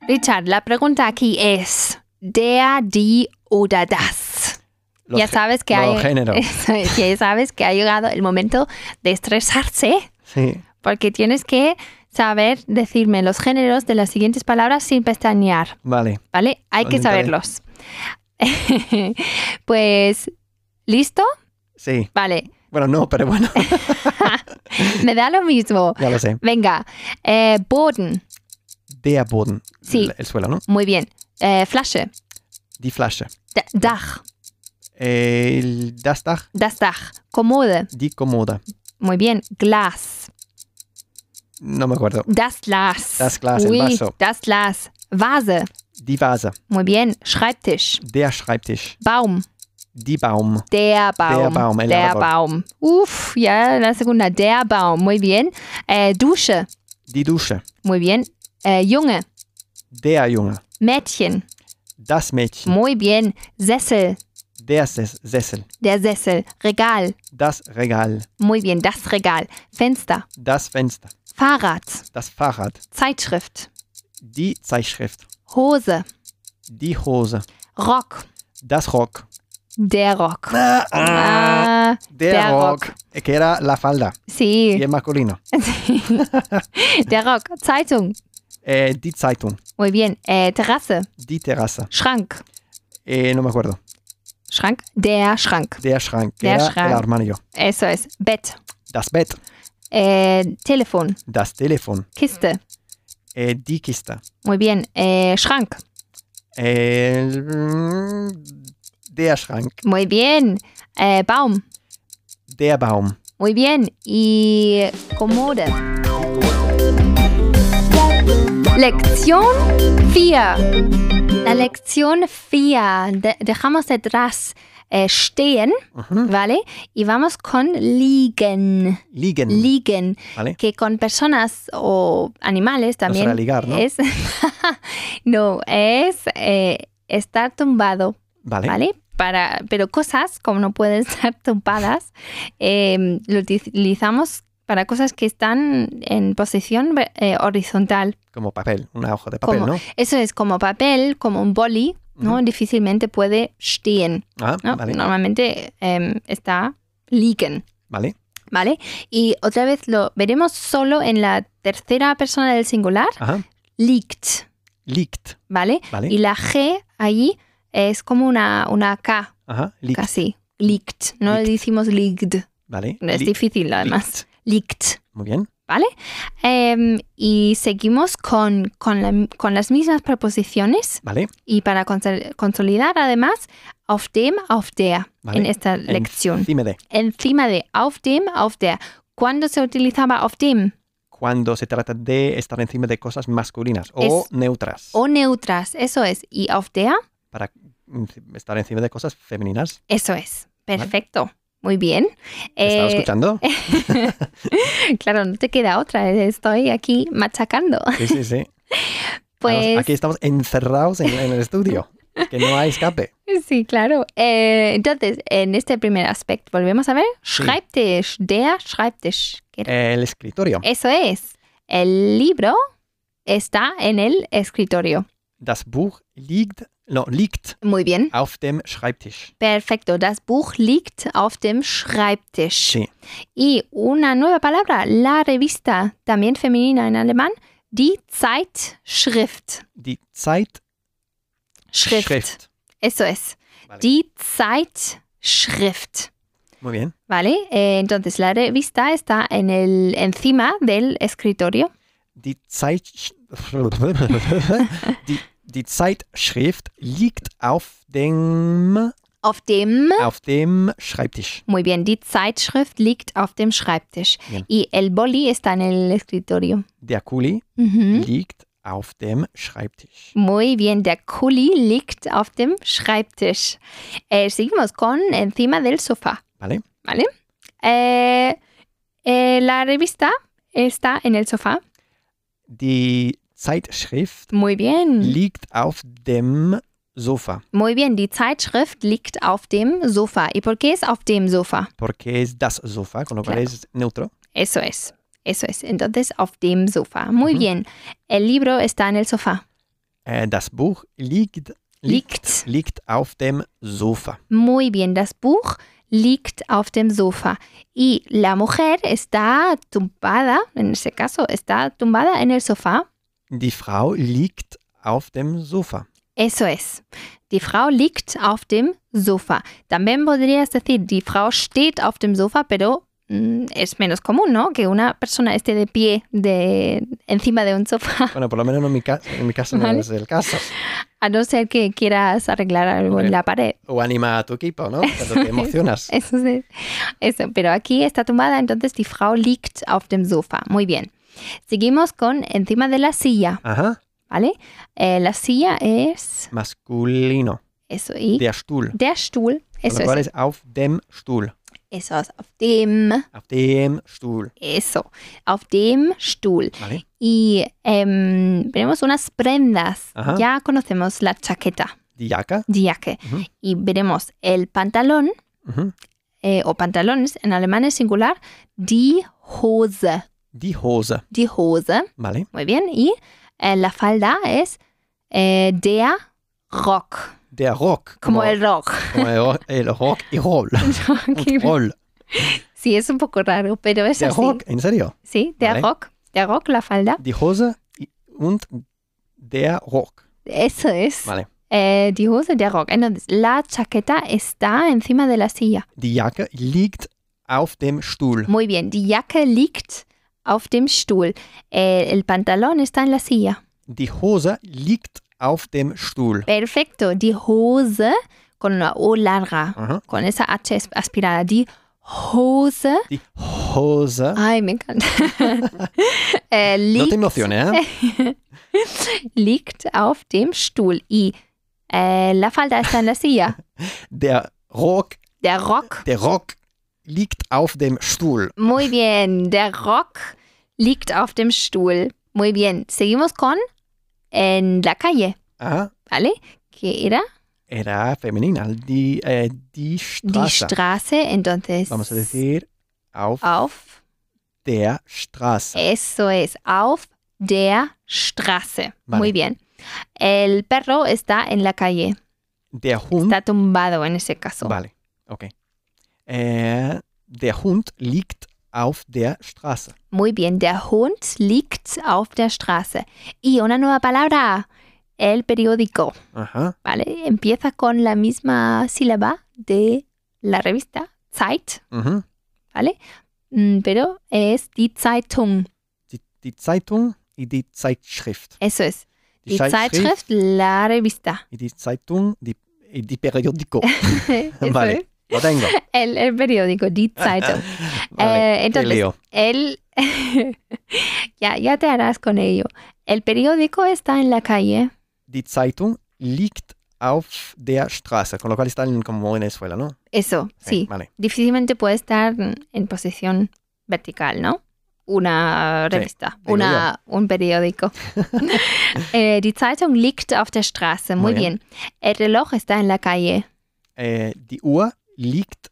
Speaker 1: Richard, la pregunta aquí es, der, die oder das.
Speaker 2: Los
Speaker 1: ya
Speaker 2: gé-
Speaker 1: sabes que
Speaker 2: los
Speaker 1: hay...
Speaker 2: géneros.
Speaker 1: Eso es, ya sabes que ha llegado el momento de estresarse
Speaker 2: Sí.
Speaker 1: porque tienes que saber decirme los géneros de las siguientes palabras sin pestañear,
Speaker 2: Vale.
Speaker 1: ¿vale? Hay que
Speaker 2: Vale, está
Speaker 1: saberlos. pues, ¿listo?
Speaker 2: Sí.
Speaker 1: Vale,
Speaker 2: Bueno, no, pero bueno.
Speaker 1: me da lo mismo.
Speaker 2: Ya lo sé.
Speaker 1: Venga, eh, Boden,
Speaker 2: Der Boden.
Speaker 1: Sí.
Speaker 2: El, el suelo, ¿no?
Speaker 1: muy bien. Eh, Flasche,
Speaker 2: Die Flasche.
Speaker 1: D- Dach,
Speaker 2: El, das Dach.
Speaker 1: das Dach, Kommode,
Speaker 2: Die Kommode.
Speaker 1: muy bien. Glas,
Speaker 2: No me acuerdo.
Speaker 1: das Glas.
Speaker 2: Das Glas, el
Speaker 1: Ui,
Speaker 2: vaso.
Speaker 1: Das Glas, Vase,
Speaker 2: Die Vase.
Speaker 1: muy bien. Schreibtisch,
Speaker 2: Der Schreibtisch.
Speaker 1: Baum.
Speaker 2: Die Baum.
Speaker 1: Der Baum.
Speaker 2: Der Baum, el
Speaker 1: Der
Speaker 2: árbol.
Speaker 1: Baum. Uf, ya la segunda. Der Baum. Muy bien. Eh, Dusche.
Speaker 2: Die Dusche.
Speaker 1: Muy bien. Eh, Junge.
Speaker 2: Der Junge.
Speaker 1: Mädchen.
Speaker 2: Das Mädchen.
Speaker 1: Muy bien. Sessel.
Speaker 2: Der Ses Sessel.
Speaker 1: Der Sessel. Regal.
Speaker 2: Das Regal.
Speaker 1: Muy bien. Das Regal. Fenster.
Speaker 2: Das Fenster.
Speaker 1: Fahrrad.
Speaker 2: Das Fahrrad.
Speaker 1: Zeitschrift.
Speaker 2: Die Zeitschrift.
Speaker 1: Hose.
Speaker 2: Die Hose.
Speaker 1: Rock.
Speaker 2: Das Rock.
Speaker 1: Der Rock. Ah,
Speaker 2: Der,
Speaker 1: Der
Speaker 2: Rock.
Speaker 1: Rock.
Speaker 2: Que era la falda. Y
Speaker 1: sí.
Speaker 2: es masculino.
Speaker 1: Der Rock. Zeitung.
Speaker 2: Eh, die Zeitung.
Speaker 1: Muy bien. Eh, Terrasse.
Speaker 2: Die Terrasse.
Speaker 1: Schrank.
Speaker 2: Eh, no me acuerdo.
Speaker 1: Schrank. Der Schrank.
Speaker 2: Der Schrank. que
Speaker 1: Der
Speaker 2: era
Speaker 1: Schrank.
Speaker 2: El armario.
Speaker 1: Eso es. Bett.
Speaker 2: Das Bett.
Speaker 1: Eh, Telefon.
Speaker 2: Das Telefon.
Speaker 1: Kiste.
Speaker 2: Eh, die Kiste.
Speaker 1: Muy bien. Eh, Schrank.
Speaker 2: El, mm, der Schrank.
Speaker 1: Muy bien. Eh, Baum.
Speaker 2: Der Baum.
Speaker 1: Muy bien. Y Kommode. Lección 4. La lección 4. De- dejamos detrás eh, stehen,
Speaker 2: Ujú.
Speaker 1: ¿vale? Y vamos con liegen.
Speaker 2: Liegen.
Speaker 1: Liegen.
Speaker 2: Mm. ¿Vale?
Speaker 1: Que con personas o animales también.
Speaker 2: será ligar, ¿no?
Speaker 1: Es, no, es eh, estar tumbado.
Speaker 2: Vale.
Speaker 1: ¿vale? Para, pero cosas, como no pueden estar topadas, eh, lo utilizamos para cosas que están en posición ver- eh, horizontal.
Speaker 2: Como papel. Una hoja de papel,
Speaker 1: Como-
Speaker 2: ¿no?
Speaker 1: Eso es como papel, como un boli, ¿no?
Speaker 2: Ujú.
Speaker 1: Difícilmente puede stehen,
Speaker 2: Ah,
Speaker 1: ¿no?
Speaker 2: vale.
Speaker 1: Normalmente eh, está liegen,
Speaker 2: Vale.
Speaker 1: ¿vale? Y otra vez lo veremos solo en la tercera persona del singular,
Speaker 2: Ajá.
Speaker 1: liegt,
Speaker 2: Liegt.
Speaker 1: ¿vale?
Speaker 2: Vale.
Speaker 1: Y la G ahí es como una, una K,
Speaker 2: Ajá. Liegt.
Speaker 1: casi. Liegt, no
Speaker 2: Liegt.
Speaker 1: decimos liegt.
Speaker 2: Vale.
Speaker 1: No, es
Speaker 2: Li-
Speaker 1: difícil además.
Speaker 2: liegt.
Speaker 1: Liegt.
Speaker 2: Muy bien.
Speaker 1: Em, y seguimos con, con, la- con las mismas preposiciones
Speaker 2: Vale.
Speaker 1: y para consol- consolidar además auf dem, auf der
Speaker 2: Vale.
Speaker 1: en esta lección.
Speaker 2: Encima de.
Speaker 1: Encima de auf dem, auf der. ¿Cuándo se utilizaba auf dem?
Speaker 2: Cuando se trata de estar encima de cosas masculinas o
Speaker 1: Es-
Speaker 2: neutras.
Speaker 1: O neutras, eso es. Y auf der,
Speaker 2: Para mm, estar encima de cosas femeninas.
Speaker 1: eso es. Perfecto. Muy bien.
Speaker 2: ¿Me ¿Estaba
Speaker 1: Eh,
Speaker 2: escuchando?
Speaker 1: claro, no te queda otra. eh, Estoy aquí machacando.
Speaker 2: Sí, sí, sí. Estamos-
Speaker 1: Pues
Speaker 2: Aquí estamos encerrados en, en el estudio. Que no hay escape.
Speaker 1: Sí, claro. Eh, entonces, en este primer aspecto, volvemos a ver. Schreibtisch, der Schreibtisch. que era-
Speaker 2: El escritorio.
Speaker 1: Eso es. El libro está en el escritorio.
Speaker 2: Das Buch liegt, no, liegt
Speaker 1: Muy bien.
Speaker 2: auf dem Schreibtisch.
Speaker 1: Perfecto. Das Buch liegt auf dem Schreibtisch.
Speaker 2: Sí.
Speaker 1: Y una nueva palabra, la revista, también femenina en alemán, die Zeitschrift.
Speaker 2: Die Zeitschrift.
Speaker 1: Schrift. Eso es.
Speaker 2: Vale.
Speaker 1: Die Zeitschrift.
Speaker 2: Muy bien.
Speaker 1: ¿Vale? Eh, entonces la revista está en el encima del escritorio.
Speaker 2: Die Zeit, die, die Zeitschrift liegt auf dem,
Speaker 1: Auf dem,
Speaker 2: auf dem Schreibtisch.
Speaker 1: muy bien, die Zeitschrift liegt auf dem Schreibtisch.
Speaker 2: Bien.
Speaker 1: Y el boli está en el escritorio.
Speaker 2: Der Kuli
Speaker 1: Mhm.
Speaker 2: liegt auf dem Schreibtisch.
Speaker 1: Muy bien, der Kuli liegt auf dem Schreibtisch. Eh, seguimos con encima del sofá.
Speaker 2: Vale.
Speaker 1: ¿Vale? Eh, eh, la revista está en el sofá.
Speaker 2: Die Zeitschrift
Speaker 1: Muy bien.
Speaker 2: liegt auf dem Sofa.
Speaker 1: Muy bien, die Zeitschrift liegt auf dem Sofa. ¿Y por qué es auf dem Sofa?
Speaker 2: Porque es das Sofa, con lo cual
Speaker 1: Claro.
Speaker 2: es neutro.
Speaker 1: Eso es, eso es. Entonces, auf dem Sofa. Muy
Speaker 2: Ujú.
Speaker 1: bien. El libro está en el sofá.
Speaker 2: Äh, das Buch liegt,
Speaker 1: Liegt.
Speaker 2: liegt auf dem Sofa.
Speaker 1: Muy bien, das Buch liegt auf dem Sofa. Y la mujer está tumbada, en ese caso, está tumbada en el sofá.
Speaker 2: Die Frau liegt auf dem Sofa.
Speaker 1: Eso es. Die Frau liegt auf dem Sofa. También podrías decir, die Frau steht auf dem Sofa, pero mm, es menos común, ¿no? Que una persona esté de pie de, encima de un sofá,
Speaker 2: Bueno, por lo menos en mi, ca- en mi caso no
Speaker 1: Ah. Vale.
Speaker 2: es el caso.
Speaker 1: a no ser que quieras arreglar algo en la pared.
Speaker 2: O anima a tu equipo, ¿no? Cuando te emocionas.
Speaker 1: Eso es. Eso, pero aquí está tumbada, entonces die Frau liegt auf dem Sofa. Muy bien. Seguimos con encima de la silla,
Speaker 2: Ajá.
Speaker 1: ¿vale? Eh, la silla es
Speaker 2: Masculino.
Speaker 1: eso y
Speaker 2: Der Stuhl.
Speaker 1: der Stuhl.
Speaker 2: Con
Speaker 1: Eso
Speaker 2: lo cual
Speaker 1: es.
Speaker 2: es auf dem Stuhl.
Speaker 1: Eso es. Auf dem,
Speaker 2: Auf dem Stuhl.
Speaker 1: eso. Auf dem Stuhl.
Speaker 2: ¿Vale?
Speaker 1: Y em, veremos unas prendas.
Speaker 2: Ajá.
Speaker 1: Ya conocemos la chaqueta,
Speaker 2: Die Jacke.
Speaker 1: die Jacke.
Speaker 2: Ujú.
Speaker 1: Y veremos el pantalón
Speaker 2: Mhm.
Speaker 1: eh, o pantalones en alemán es singular, die Hose.
Speaker 2: Die Hose.
Speaker 1: Die Hose.
Speaker 2: ¿Vale?
Speaker 1: Muy bien. Y eh, la falda es eh, der Rock.
Speaker 2: Der Rock.
Speaker 1: Como el rock.
Speaker 2: como el, ro- el Rock y Roll.
Speaker 1: Ok.
Speaker 2: Und Roll.
Speaker 1: sí, es un poco raro, pero es
Speaker 2: Der
Speaker 1: así.
Speaker 2: Rock, ¿en serio?
Speaker 1: Sí, der
Speaker 2: Vale.
Speaker 1: Rock. Der Rock, la falda.
Speaker 2: Die Hose y- und der Rock.
Speaker 1: Eso es.
Speaker 2: Vale.
Speaker 1: Eh, die Hose, der Rock. Entonces, la chaqueta está encima de la silla.
Speaker 2: Die Jacke liegt auf dem Stuhl.
Speaker 1: Muy bien. Die Jacke liegt auf dem Stuhl. Eh, el pantalón está en la silla.
Speaker 2: Die Hose liegt auf dem Stuhl.
Speaker 1: Perfecto. Die Hose con la O larga.
Speaker 2: Ajá.
Speaker 1: Con esa H as- aspirada. Die Hose
Speaker 2: Die Hose.
Speaker 1: Ay, me encanta. Eh,
Speaker 2: No te
Speaker 1: liegt,
Speaker 2: emociones, ¿eh?
Speaker 1: liegt auf dem Stuhl. Y eh, la falda está en la silla.
Speaker 2: Der Rock,
Speaker 1: Der Rock.
Speaker 2: der Rock liegt auf dem Stuhl.
Speaker 1: Muy bien. Der Rock liegt auf dem Stuhl. Muy bien. Seguimos con en la calle.
Speaker 2: Ajá.
Speaker 1: ¿Vale? Que era
Speaker 2: Ah, Era femenina. Die, äh,
Speaker 1: die
Speaker 2: die Straße.
Speaker 1: Straße. Entonces.
Speaker 2: Vamos a decir auf
Speaker 1: Ah. Auf.
Speaker 2: der Straße.
Speaker 1: Eso es. Auf der Straße.
Speaker 2: Vale.
Speaker 1: Muy bien. El perro está en la calle.
Speaker 2: Der Hund.
Speaker 1: Está tumbado en ese caso.
Speaker 2: Vale, okay. Äh, der Hund liegt auf der Straße.
Speaker 1: Muy bien, der Hund liegt auf der Straße. Y una nueva palabra, el periódico,
Speaker 2: Ajá.
Speaker 1: ¿vale? Empieza con la misma sílaba de la revista, Zeit,
Speaker 2: Mhm.
Speaker 1: ¿vale? Mm, Pero es die Zeitung,
Speaker 2: Die, die Zeitung und die Zeitschrift.
Speaker 1: eso es. Die, Zeitschrift, la revista.
Speaker 2: und Die Zeitung, die, und die Periodico.
Speaker 1: Eso
Speaker 2: Vale.
Speaker 1: es.
Speaker 2: Lo tengo.
Speaker 1: El, el periódico, die Zeitung.
Speaker 2: Vale,
Speaker 1: Eh,
Speaker 2: te
Speaker 1: entonces,
Speaker 2: leo.
Speaker 1: el... ya, ya te harás con ello. El periódico está en la calle.
Speaker 2: Die Zeitung liegt auf der Straße. Con lo cual está en, como en el suelo, ¿no? Eh,
Speaker 1: Eso, sí.
Speaker 2: Vale.
Speaker 1: difícilmente puede estar en posición vertical, ¿no? Una
Speaker 2: Sí,
Speaker 1: revista,
Speaker 2: digo
Speaker 1: una, un periódico. Eh, die Zeitung liegt auf der Straße. Muy,
Speaker 2: Muy
Speaker 1: bien.
Speaker 2: bien.
Speaker 1: El reloj está en la calle.
Speaker 2: Äh, die Uhr liegt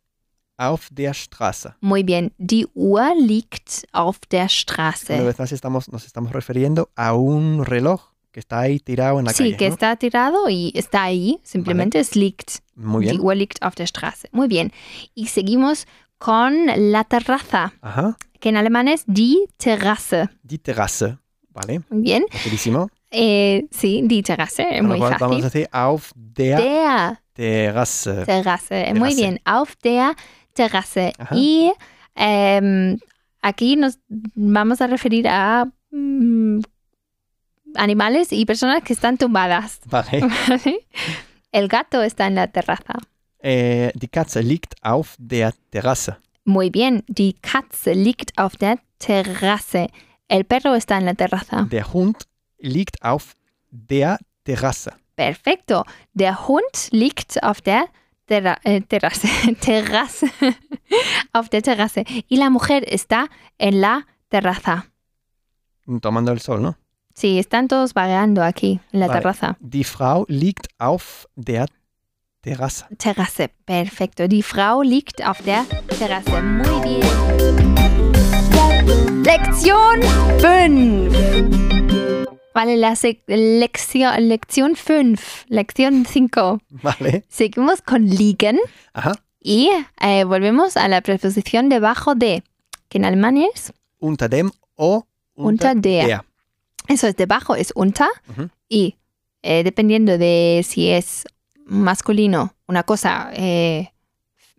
Speaker 2: auf der Straße.
Speaker 1: Muy bien. Die Uhr liegt auf der
Speaker 2: Una
Speaker 1: Straße.
Speaker 2: vez más estamos, nos estamos refiriendo a un reloj que está ahí tirado en la
Speaker 1: Sí,
Speaker 2: calle.
Speaker 1: que
Speaker 2: ¿no?
Speaker 1: está tirado y está ahí. Simplemente es liegt.
Speaker 2: Muy
Speaker 1: Die
Speaker 2: bien.
Speaker 1: Uhr liegt auf der Straße. Muy bien. Y seguimos con la terraza,
Speaker 2: Ajá.
Speaker 1: que en alemán es die Terrasse.
Speaker 2: Die Terrasse, ¿vale?
Speaker 1: Muy bien.
Speaker 2: Facilísimo.
Speaker 1: Eh, sí, die Terrasse.
Speaker 2: Con lo
Speaker 1: Muy
Speaker 2: cual
Speaker 1: fácil.
Speaker 2: vamos a decir auf der
Speaker 1: der
Speaker 2: Terrasse.
Speaker 1: Terrasse. Eh, Muy
Speaker 2: Terrasse.
Speaker 1: bien, auf der Terrasse.
Speaker 2: Ajá.
Speaker 1: Y em, aquí nos vamos a referir a mm, animales y personas que están tumbadas.
Speaker 2: Vale.
Speaker 1: ¿vale? El gato está en la terraza.
Speaker 2: Äh, die Katze liegt auf der Terrasse.
Speaker 1: Muy bien, die Katze liegt auf der Terrasse. El perro está en la terraza.
Speaker 2: Der Hund liegt auf der Terrasse.
Speaker 1: Perfecto. Der Hund liegt auf der terra- eh, terrasse. terrasse. auf der Terrasse. Y la mujer está en la terraza.
Speaker 2: Tomando el Hm, sol, ¿no?
Speaker 1: Sí, están todos vagando aquí, en la
Speaker 2: Vale.
Speaker 1: terraza.
Speaker 2: Die Frau liegt auf der Terrasse.
Speaker 1: Terrasse. Perfecto. Die Frau liegt auf der Terrasse. Muy bien. Lección 5. Vale, la sec- lección, lección 5. Lección 5.
Speaker 2: Vale.
Speaker 1: Seguimos con liegen.
Speaker 2: Aha.
Speaker 1: Y eh, volvemos a la preposición debajo de, que en alemán es,
Speaker 2: Unter dem O.
Speaker 1: Unter der. eso es debajo, es unter.
Speaker 2: Ujú.
Speaker 1: Y eh, dependiendo de si es masculino, una cosa eh,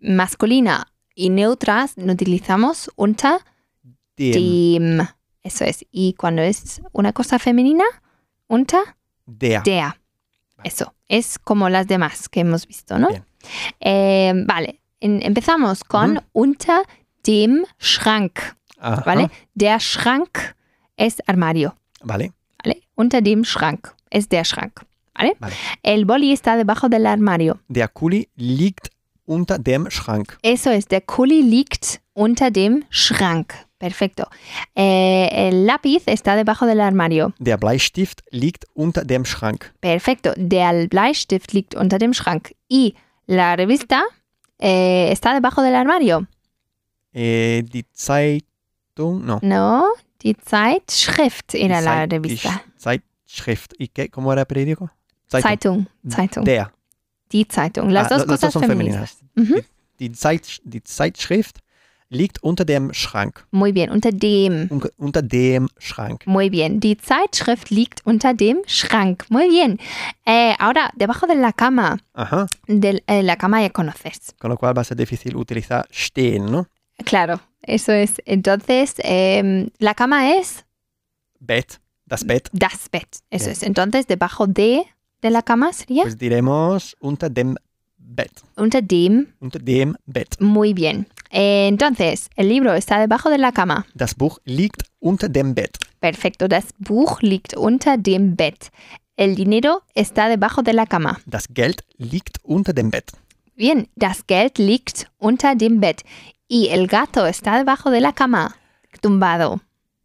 Speaker 1: masculina y neutras, no utilizamos unter
Speaker 2: Dem.
Speaker 1: dem. Eso es. Y cuando es una cosa femenina, unter
Speaker 2: Der.
Speaker 1: Dea. Eso. Es como las demás que hemos visto, ¿no?
Speaker 2: Bien.
Speaker 1: Eh, vale. En- empezamos con
Speaker 2: Ujú.
Speaker 1: unter dem Schrank,
Speaker 2: Aha.
Speaker 1: ¿vale? Der Schrank es armario,
Speaker 2: Vale.
Speaker 1: ¿vale? Unter dem Schrank es der Schrank, ¿vale?
Speaker 2: Vale.
Speaker 1: El boli está debajo del armario.
Speaker 2: Der Kuli liegt unter dem Schrank.
Speaker 1: Eso es, der Kuli liegt unter dem Schrank. Perfecto. Eh, el lápiz está debajo del armario.
Speaker 2: Der Bleistift liegt unter dem Schrank.
Speaker 1: Perfecto. Der Bleistift liegt unter dem Schrank. Y la revista eh, está debajo del armario.
Speaker 2: Äh, die Zeitung. No.
Speaker 1: No, die Zeitschrift era
Speaker 2: Die
Speaker 1: la
Speaker 2: Zeit- die
Speaker 1: revista.
Speaker 2: Sch- Zeitschrift. ¿Y qué? ¿Cómo era periódico?
Speaker 1: Zeitung, Zeitung.
Speaker 2: Der.
Speaker 1: die Zeitung. Las
Speaker 2: Ah,
Speaker 1: dos
Speaker 2: la- las
Speaker 1: cosas
Speaker 2: son
Speaker 1: femeninas.
Speaker 2: femeninas.
Speaker 1: Mhm.
Speaker 2: Die, Zeit, die Zeitschrift liegt unter dem Schrank.
Speaker 1: Muy bien, unter dem.
Speaker 2: Unter, unter dem Schrank.
Speaker 1: Muy bien. Die Zeitschrift liegt unter dem Schrank. Muy bien. Eh, ahora, debajo de la cama.
Speaker 2: Ajá.
Speaker 1: De la cama ya conoces.
Speaker 2: Con lo cual va a ser difícil utilizar stehen, ¿no?
Speaker 1: Claro, eso es. Entonces, em, la cama es
Speaker 2: Bett. Das Bett.
Speaker 1: Das Bett. Eso
Speaker 2: Bien.
Speaker 1: es. Entonces, debajo de, de la cama sería
Speaker 2: Pues diremos unter dem Bett.
Speaker 1: unter dem.
Speaker 2: Unter dem Bett.
Speaker 1: Muy bien. Eh, entonces, el libro está debajo de la cama.
Speaker 2: Das Buch liegt unter dem Bett.
Speaker 1: Perfecto. Das Buch liegt unter dem Bett. El dinero está debajo de la cama.
Speaker 2: Das Geld liegt unter dem Bett.
Speaker 1: Bien, das Geld liegt unter dem Bett. Y el gato está debajo de la cama, tumbado.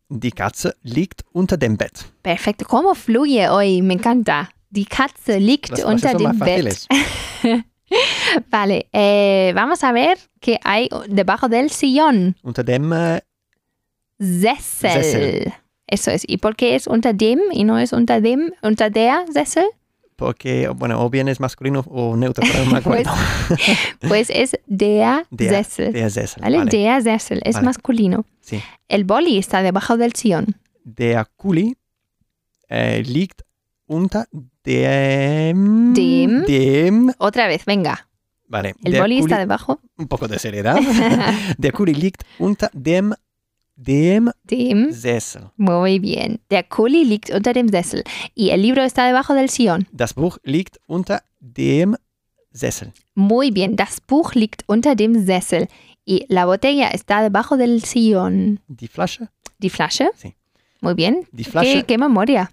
Speaker 2: Die Katze liegt unter dem Bett.
Speaker 1: Perfecto. ¿Cómo fluye hoy? Me encanta. Die Katze liegt
Speaker 2: Las frases
Speaker 1: unter
Speaker 2: son
Speaker 1: dem
Speaker 2: más
Speaker 1: Bett.
Speaker 2: fáciles.
Speaker 1: Vale, eh, vamos a ver qué hay debajo del sillón.
Speaker 2: Unter dem äh,
Speaker 1: Sessel.
Speaker 2: Sessel.
Speaker 1: Eso es. ¿Y por qué es unter dem y no es unter dem, unter der Sessel?
Speaker 2: Porque, oh, bueno, o bien es masculino o neutro, pero no me acuerdo.
Speaker 1: Pues es der,
Speaker 2: Der,
Speaker 1: Sessel.
Speaker 2: der Sessel.
Speaker 1: ¿Vale?
Speaker 2: Vale.
Speaker 1: Der Sessel es
Speaker 2: Vale.
Speaker 1: masculino.
Speaker 2: Sí.
Speaker 1: El boli está debajo del sillón.
Speaker 2: Der Kuli äh, liegt unter dem.
Speaker 1: Dem.
Speaker 2: Dem.
Speaker 1: Otra vez, venga.
Speaker 2: Vale.
Speaker 1: El
Speaker 2: der
Speaker 1: boli
Speaker 2: Kuli,
Speaker 1: está debajo
Speaker 2: un poco de seriedad. der Kuli liegt unter dem. Dem
Speaker 1: dem.
Speaker 2: Sessel.
Speaker 1: Muy bien. Der Kuli liegt unter dem Sessel. Y el libro está debajo del sillón.
Speaker 2: Das Buch liegt unter dem Sessel.
Speaker 1: Muy bien. Das Buch liegt unter dem Sessel. Y la botella está debajo del sillón.
Speaker 2: Die Flasche.
Speaker 1: Die Flasche.
Speaker 2: Sí.
Speaker 1: Muy bien.
Speaker 2: Die Flasche.
Speaker 1: ¿Qué, qué memoria?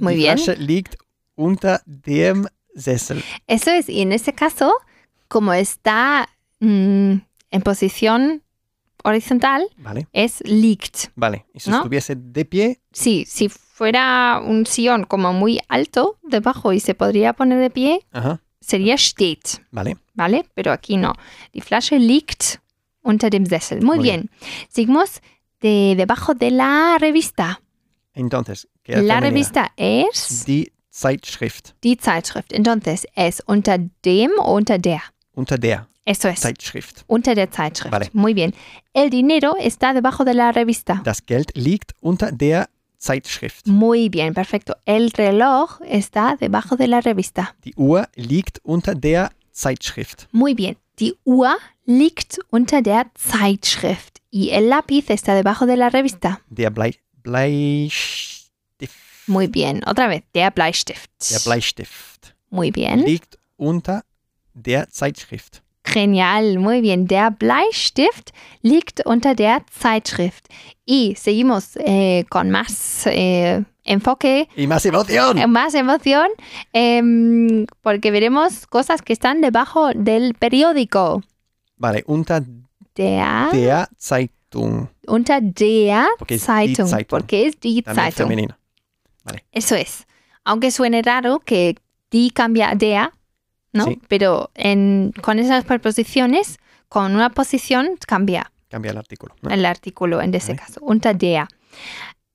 Speaker 1: Muy
Speaker 2: die
Speaker 1: bien.
Speaker 2: Flasche liegt unter dem Sessel.
Speaker 1: Eso es, y en este caso, como está mm, en posición horizontal,
Speaker 2: Vale,
Speaker 1: es liegt.
Speaker 2: vale. Y si
Speaker 1: ¿No?
Speaker 2: estuviese de pie,
Speaker 1: Sí, si fuera un sillón como muy alto debajo y se podría poner de pie,
Speaker 2: ajá,
Speaker 1: sería steht,
Speaker 2: vale.
Speaker 1: ¿vale? Pero aquí no. Die Flasche liegt unter dem Sessel. Muy,
Speaker 2: Muy
Speaker 1: bien. Seguimos de debajo de la revista.
Speaker 2: Entonces, queda
Speaker 1: La
Speaker 2: femenina.
Speaker 1: revista es
Speaker 2: Die Zeitschrift.
Speaker 1: die Zeitschrift. Entonces, es unter dem o unter der.
Speaker 2: Unter der
Speaker 1: Eso es.
Speaker 2: Zeitschrift.
Speaker 1: Unter der Zeitschrift.
Speaker 2: Vale.
Speaker 1: Muy bien. El dinero está debajo de la revista.
Speaker 2: Das Geld liegt unter der Zeitschrift.
Speaker 1: Muy bien, perfecto. El reloj está debajo de la revista.
Speaker 2: Die Uhr liegt unter der Zeitschrift.
Speaker 1: Muy bien. Die Uhr liegt unter der Zeitschrift. Y el lápiz está debajo de la revista.
Speaker 2: Der Blei Bleistift.
Speaker 1: Muy bien. Otra vez. Der Bleistift.
Speaker 2: Der Bleistift
Speaker 1: Muy bien.
Speaker 2: liegt unter der Zeitschrift.
Speaker 1: Genial. Muy bien. Der Bleistift liegt unter der Zeitschrift. Y seguimos eh, con más eh, enfoque,
Speaker 2: Y más emoción.
Speaker 1: eh, más emoción, em, porque veremos cosas que están debajo del periódico.
Speaker 2: Vale, unter
Speaker 1: Der,
Speaker 2: der Zeitung.
Speaker 1: unter der
Speaker 2: Porque es die
Speaker 1: Ah. Zeitung,
Speaker 2: Zeitung.
Speaker 1: Porque es die
Speaker 2: También
Speaker 1: Zeitung.
Speaker 2: femenino.
Speaker 1: Eso es. Aunque suene raro que di cambia a dea, ¿no?
Speaker 2: Sí.
Speaker 1: Pero en- con esas preposiciones, con una posición cambia
Speaker 2: Cambia el artículo. ¿no?
Speaker 1: el artículo en ese
Speaker 2: Vale.
Speaker 1: caso. Unter dea.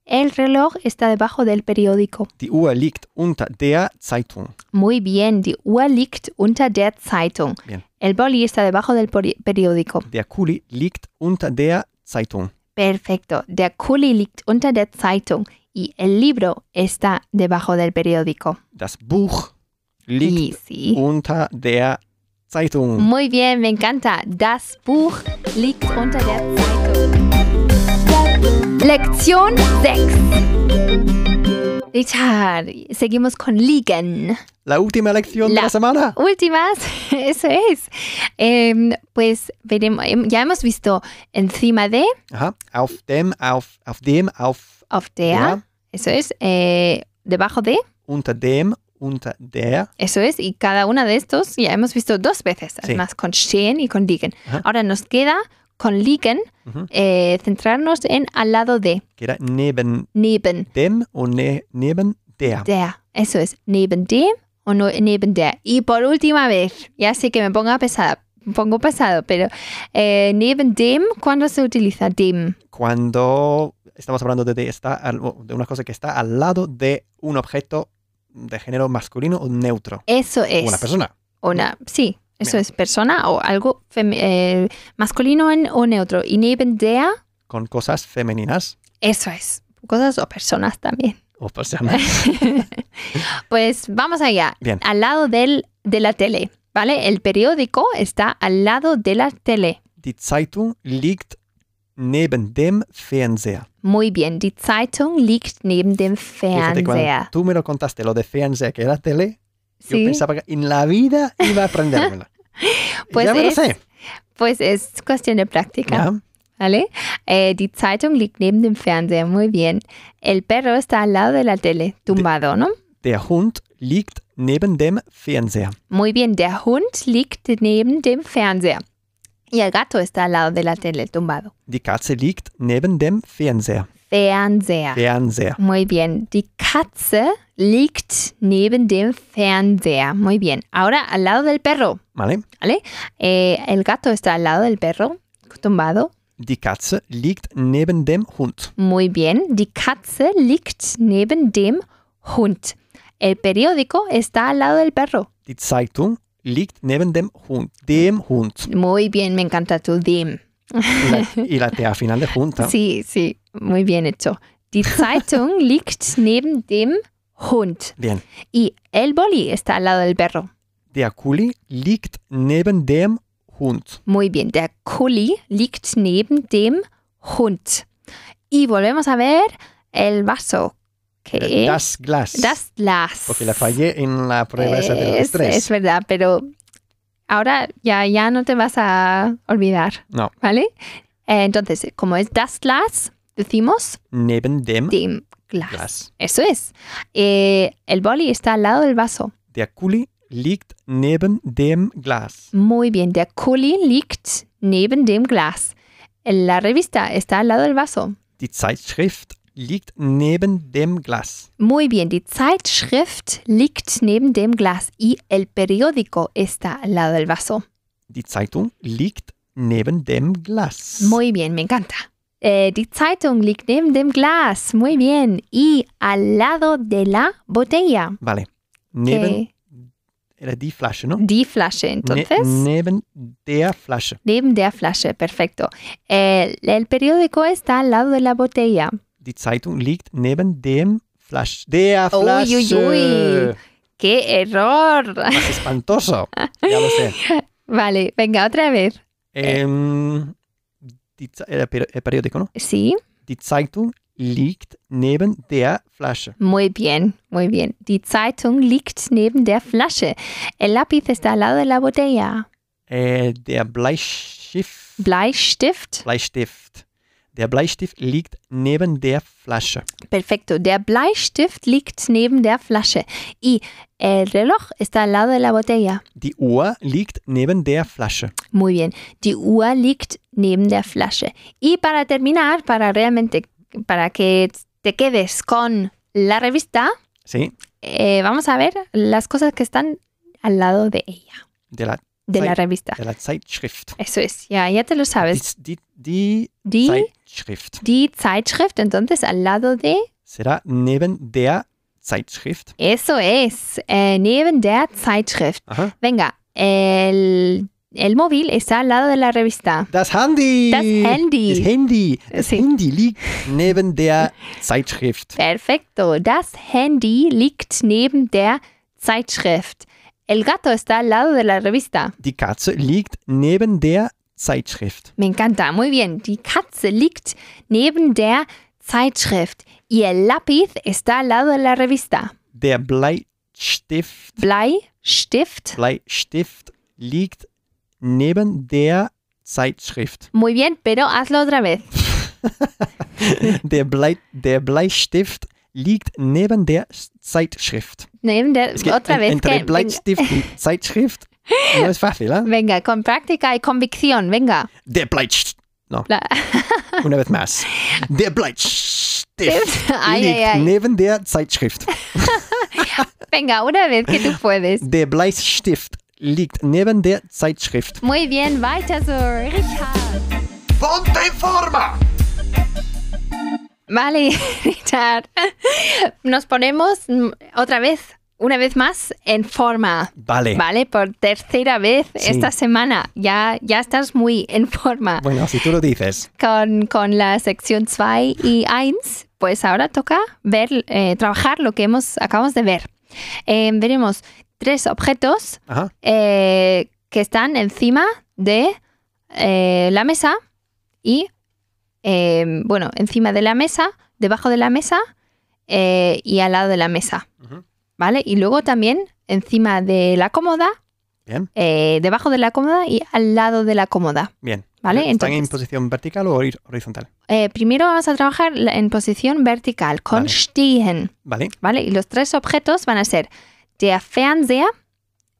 Speaker 1: El reloj está debajo del periódico.
Speaker 2: Die Uhr liegt unter der Zeitung.
Speaker 1: Muy bien, die Uhr liegt unter der Zeitung.
Speaker 2: Bien.
Speaker 1: El boli está debajo del pori- periódico.
Speaker 2: Der Kuli liegt unter der Zeitung.
Speaker 1: Perfecto. Der Kuli liegt unter der Zeitung. Y el libro está debajo del periódico.
Speaker 2: Das Buch liegt
Speaker 1: Easy.
Speaker 2: unter der Zeitung.
Speaker 1: Muy bien, me encanta. Das Buch liegt unter der Zeitung. Lektion 6. Richard, seguimos con liegen.
Speaker 2: La última lección
Speaker 1: La-
Speaker 2: de la semana.
Speaker 1: Últimas, eso es. Em, pues veremos, em, ya hemos visto encima de,
Speaker 2: Aha. Auf dem, auf, auf dem, auf
Speaker 1: auf der,
Speaker 2: Ja.
Speaker 1: eso es, eh, debajo de,
Speaker 2: unter dem, unter der.
Speaker 1: Eso es, y cada una de estos ya hemos visto dos veces, además con stehen y con liegen.
Speaker 2: Ajá.
Speaker 1: Ahora nos queda con liegen
Speaker 2: Ujú.
Speaker 1: eh, centrarnos en al lado de,
Speaker 2: Geht neben
Speaker 1: neben
Speaker 2: dem und ne, neben der.
Speaker 1: der. Eso es, neben dem o no, neben der. Y por última vez, ya sé que me ponga pesada, me pongo pesado, pero eh, neben dem, ¿cuándo se utiliza dem?
Speaker 2: Cuando estamos hablando de, de, está al- de una cosa que está al lado de un objeto de género masculino o neutro.
Speaker 1: Eso
Speaker 2: O
Speaker 1: es.
Speaker 2: Una persona.
Speaker 1: Una, sí, eso
Speaker 2: Bien.
Speaker 1: es persona o algo fem- eh, masculino en- o neutro. Y neben der,
Speaker 2: Con cosas femeninas
Speaker 1: eso es. Cosas o personas también.
Speaker 2: o personas.
Speaker 1: Pues vamos allá.
Speaker 2: Bien.
Speaker 1: Al lado del, de la tele, ¿vale? El periódico está al lado de la tele.
Speaker 2: Die Zeitung liegt neben dem Fernseher.
Speaker 1: Muy bien. Die Zeitung liegt neben dem
Speaker 2: Fíjate, cuando
Speaker 1: Fernseher.
Speaker 2: tú me lo contaste, lo de Fernseher, que era tele, Yo
Speaker 1: Sí.
Speaker 2: pensaba que en la vida iba a aprendérmela.
Speaker 1: Pues
Speaker 2: ya me lo
Speaker 1: es-
Speaker 2: sé.
Speaker 1: Pues es cuestión de práctica,
Speaker 2: Ya.
Speaker 1: ¿vale? Eh, die Zeitung liegt neben dem Fernseher. Muy bien. El perro está al lado de la tele, tumbado, ¿no?
Speaker 2: Der Hund liegt neben dem Fernseher.
Speaker 1: Muy bien. Der Hund liegt neben dem Fernseher. Y el gato está al lado de la tele, tumbado.
Speaker 2: Die Katze liegt neben dem Fernseher.
Speaker 1: Fernseher.
Speaker 2: Fernseher.
Speaker 1: Muy bien. Die Katze liegt neben dem Fernseher. Muy bien. Ahora al lado del perro.
Speaker 2: Vale?
Speaker 1: Eh, el gato está al lado del perro, tumbado.
Speaker 2: Die Katze liegt neben dem Hund.
Speaker 1: Muy bien. Die Katze liegt neben dem Hund. El periódico está al lado del perro.
Speaker 2: Die Zeitung liegt neben dem Hund. Dem Hund.
Speaker 1: Muy bien, me encanta tu dem.
Speaker 2: Y la, y la T al final de Hund. ¿no?
Speaker 1: Sí, sí, muy bien hecho. Die Zeitung liegt neben dem Hund.
Speaker 2: Bien.
Speaker 1: Y el boli está al lado del perro.
Speaker 2: Der Kuli liegt neben dem Hund.
Speaker 1: Muy bien, der Kuli liegt neben dem Hund. Y volvemos a ver el vaso. Que
Speaker 2: Äh, Eh, Das Glas.
Speaker 1: das Glas.
Speaker 2: Porque la fallé en la prueba esa del
Speaker 1: es,
Speaker 2: estrés.
Speaker 1: es verdad, pero ahora ya, ya no te vas a olvidar.
Speaker 2: No.
Speaker 1: ¿Vale? Eh, Entonces, como es das Glas, decimos
Speaker 2: Neben dem
Speaker 1: dem Glas.
Speaker 2: ¿Mm? Glas.
Speaker 1: Eso es. Eh, el boli está al lado del vaso.
Speaker 2: Der Kuli liegt neben dem Glas.
Speaker 1: Muy bien, der Kuli liegt neben dem Glas. La revista está al lado del vaso.
Speaker 2: Die Zeitschrift liegt neben dem Glas.
Speaker 1: Muy bien, die Zeitschrift liegt neben dem Glas y el periódico está al lado del vaso.
Speaker 2: Die Zeitung liegt neben dem Glas.
Speaker 1: Muy bien, me encanta. Eh, die Zeitung liegt neben dem Glas. Muy bien. Y al lado de la botella.
Speaker 2: vale. Neben
Speaker 1: Que-
Speaker 2: era die Flasche, ¿no?
Speaker 1: die Flasche,
Speaker 2: Ne-
Speaker 1: entonces.
Speaker 2: neben der Flasche.
Speaker 1: Neben der Flasche, perfecto. El, el periódico está al lado de la botella.
Speaker 2: Die Zeitung liegt neben dem Flasch. Der
Speaker 1: Ui,
Speaker 2: Flasche.
Speaker 1: ui, ui. ¡Qué error!
Speaker 2: Más espantoso. ya lo sé.
Speaker 1: Vale, venga, otra vez. Eh.
Speaker 2: Ehm, Em, die, Ze- el peri- el periódico, ¿no?
Speaker 1: Sí,
Speaker 2: Die Zeitung liegt neben der Flasche.
Speaker 1: Muy bien, muy bien. Die Zeitung liegt neben der Flasche. El lápiz está al lado de la botella.
Speaker 2: Äh, der Bleistift,
Speaker 1: Bleistift.
Speaker 2: Bleistift. Der Bleistift liegt neben der Flasche.
Speaker 1: Perfecto. Der Bleistift liegt neben der Flasche. Y el reloj está al lado de la botella.
Speaker 2: Die Uhr liegt neben der Flasche.
Speaker 1: Muy bien. Die Uhr liegt neben der Flasche. Y para terminar, para realmente, para que te quedes con la revista,
Speaker 2: Sí,
Speaker 1: eh, vamos a ver las cosas que están al lado de ella,
Speaker 2: de la,
Speaker 1: de la
Speaker 2: Sí.
Speaker 1: revista.
Speaker 2: de la Zeitschrift.
Speaker 1: Eso es, ya, ya te lo sabes.
Speaker 2: Die, die,
Speaker 1: Die,
Speaker 2: die Zeitschrift.
Speaker 1: die Zeitschrift, entonces al lado de,
Speaker 2: Será neben der Zeitschrift.
Speaker 1: eso es, eh, neben der Zeitschrift.
Speaker 2: Aha.
Speaker 1: Venga, el, el móvil está al lado de la revista.
Speaker 2: Das Handy.
Speaker 1: Das Handy. Eh,
Speaker 2: Das Handy. Das
Speaker 1: Sí.
Speaker 2: Handy liegt neben der Zeitschrift.
Speaker 1: Perfecto. Das Handy liegt neben der Zeitschrift. El gato está al lado de la revista.
Speaker 2: Die Katze liegt neben der Zeitschrift.
Speaker 1: Me encanta. Muy bien. Die Katze liegt neben der Zeitschrift. Y el lápiz está al lado de la revista.
Speaker 2: Der Bleistift,
Speaker 1: Bleistift.
Speaker 2: Bleistift liegt neben der Zeitschrift.
Speaker 1: Muy bien, pero hazlo otra vez.
Speaker 2: Der, Blei, der Bleistift liegt neben der S- Zeitschrift.
Speaker 1: Neben der,
Speaker 2: Es gibt
Speaker 1: Em, otra
Speaker 2: en-
Speaker 1: vez.
Speaker 2: entre
Speaker 1: que-
Speaker 2: Bleistift und Zeitschrift. No es fácil, ¿eh?
Speaker 1: venga, con práctica y convicción. Venga.
Speaker 2: Der Bleistift. No.
Speaker 1: Ble-
Speaker 2: Una vez más. Der Bleistift
Speaker 1: Ay,
Speaker 2: liegt
Speaker 1: ay, ay.
Speaker 2: neben der Zeitschrift.
Speaker 1: Venga, una vez que tú puedes.
Speaker 2: Der Bleistift liegt neben der Zeitschrift.
Speaker 1: Muy bien, weiter so, Richard.
Speaker 2: Ponte en forma!
Speaker 1: Vale, Richard. Nos ponemos mm, otra vez, una vez más, en forma.
Speaker 2: Vale.
Speaker 1: Vale, por tercera vez
Speaker 2: Sí.
Speaker 1: esta semana. Ya, ya estás muy en forma
Speaker 2: Bueno, si tú lo dices.
Speaker 1: con, con la sección 2 y 1. Pues ahora toca ver, eh, trabajar lo que hemos, acabamos de ver. Eh, veremos tres objetos
Speaker 2: Ajá.
Speaker 1: eh, que están encima de eh, la mesa y, eh, bueno, encima de la mesa, debajo de la mesa eh, y al lado de la mesa,
Speaker 2: Ujú.
Speaker 1: ¿vale? Y luego también encima de la cómoda,
Speaker 2: Bien,
Speaker 1: eh, debajo de la cómoda y al lado de la cómoda.
Speaker 2: bien.
Speaker 1: Vale,
Speaker 2: ¿Están en
Speaker 1: entonces-
Speaker 2: posición vertical o hori- horizontal?
Speaker 1: Eh, primero vamos a trabajar la- en posición vertical, con
Speaker 2: Vale.
Speaker 1: stehen,
Speaker 2: Vale.
Speaker 1: ¿vale? Y los tres objetos van a ser der Fernseher,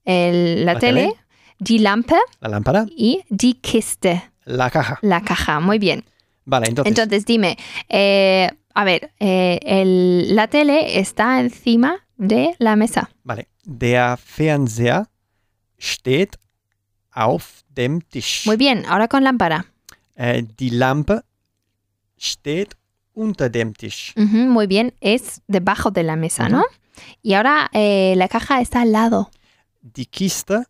Speaker 1: el- la,
Speaker 2: La
Speaker 1: tele,
Speaker 2: tele.
Speaker 1: die Lampe
Speaker 2: La lámpara,
Speaker 1: y die Kiste.
Speaker 2: la caja.
Speaker 1: La caja, muy bien.
Speaker 2: Vale, entonces.
Speaker 1: Entonces dime, eh, a ver, eh, el- la tele está encima de la mesa.
Speaker 2: Vale. Der Fernseher steht auf dem Tisch.
Speaker 1: Muy bien, ahora con lámpara.
Speaker 2: Äh, die Lampe steht unter dem Tisch.
Speaker 1: Ujú, muy bien, es debajo de la mesa, ¿no?
Speaker 2: Ujú.
Speaker 1: Y ahora eh, la caja está al lado.
Speaker 2: Die Kiste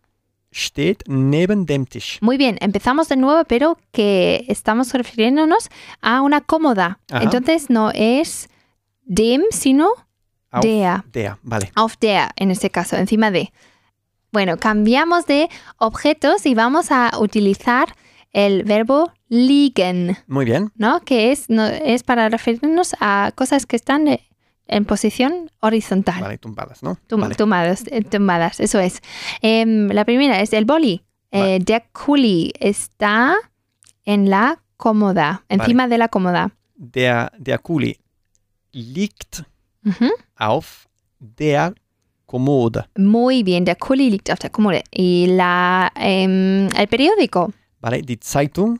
Speaker 2: steht neben dem Tisch.
Speaker 1: Muy bien, empezamos de nuevo, pero que estamos refiriéndonos a una cómoda.
Speaker 2: Ajá.
Speaker 1: Entonces no es dem, sino
Speaker 2: Auf
Speaker 1: der.
Speaker 2: der. Vale.
Speaker 1: Auf der, en este caso, encima de. Bueno, cambiamos de objetos y vamos a utilizar el verbo liegen,
Speaker 2: Muy bien.
Speaker 1: ¿no? Que es, no, es para referirnos a cosas que están eh, en posición horizontal,
Speaker 2: Vale, tumbadas, ¿no?
Speaker 1: tum-
Speaker 2: vale.
Speaker 1: tumbadas, eh, tumbadas, eso es. Em, la primera es el boli.
Speaker 2: Vale.
Speaker 1: Eh, der Kuli está en la cómoda, encima de la cómoda.
Speaker 2: Der, der Kuli liegt
Speaker 1: Ujú.
Speaker 2: auf der Kommode.
Speaker 1: Muy bien, der Kuli liegt auf der Kommode. Y la, em, el periódico.
Speaker 2: Vale, die Zeitung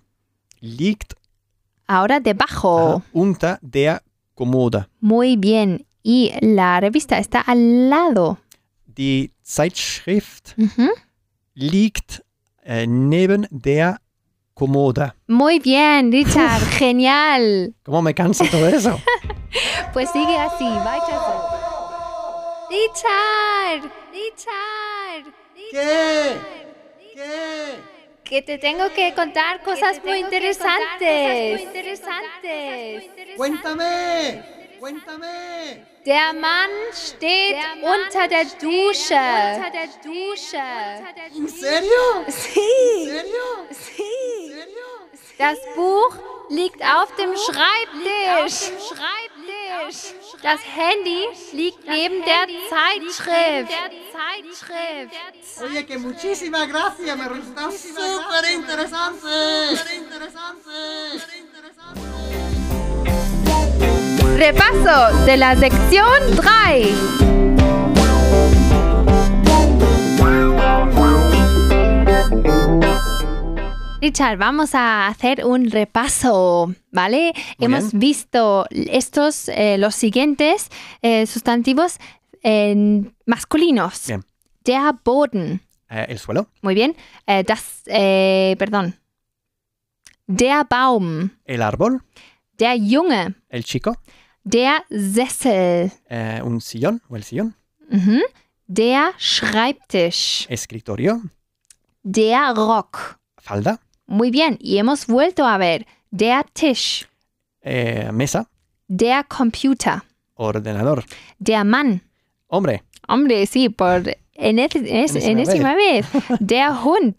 Speaker 2: liegt
Speaker 1: Ahora debajo.
Speaker 2: aha, unter der Kommode.
Speaker 1: Muy bien. Y la revista está al lado.
Speaker 2: Die Zeitschrift
Speaker 1: Ujú.
Speaker 2: liegt äh, neben der Kommode.
Speaker 1: Muy bien, Richard. Genial.
Speaker 2: ¿Cómo me cansa todo eso?
Speaker 1: Pues sigue así. Vaya. Richard. Richard.
Speaker 2: ¿Qué? ¿Qué?
Speaker 1: Que te tengo que contar cosas muy interesantes. interesantes.
Speaker 2: Cuéntame, cuéntame.
Speaker 1: Der Mann steht unter der Dusche.
Speaker 2: ¿En serio?
Speaker 1: Sí.
Speaker 2: ¿En serio?
Speaker 1: Sí.
Speaker 3: serio?
Speaker 1: Das Buch liegt auf dem Schreibtisch. Das Handy liegt neben der Zeitschrift.
Speaker 3: Oye, que muchísimas gracias, me resultó súper interesante. Súper interesante.
Speaker 1: Repaso de la sección 3. Richard, vamos a hacer un repaso, ¿vale?
Speaker 2: Muy
Speaker 1: Hemos
Speaker 2: bien.
Speaker 1: visto estos, eh, los siguientes eh, sustantivos en masculinos.
Speaker 2: Bien.
Speaker 1: Der Boden.
Speaker 2: Eh, el suelo,
Speaker 1: Muy bien. Eh, das, eh, perdón. Der Baum.
Speaker 2: el árbol,
Speaker 1: Der Junge.
Speaker 2: el chico,
Speaker 1: Der Sessel.
Speaker 2: eh, un sillón o el sillón,
Speaker 1: Mhm. Der Schreibtisch.
Speaker 2: escritorio,
Speaker 1: Der Rock.
Speaker 2: falda,
Speaker 1: Muy bien. Y hemos vuelto a ver. Der Tisch.
Speaker 2: eh, mesa,
Speaker 1: Der Computer.
Speaker 2: ordenador,
Speaker 1: Der Mann.
Speaker 2: hombre,
Speaker 1: Hombre, sí, por enésima vez. Der Hund.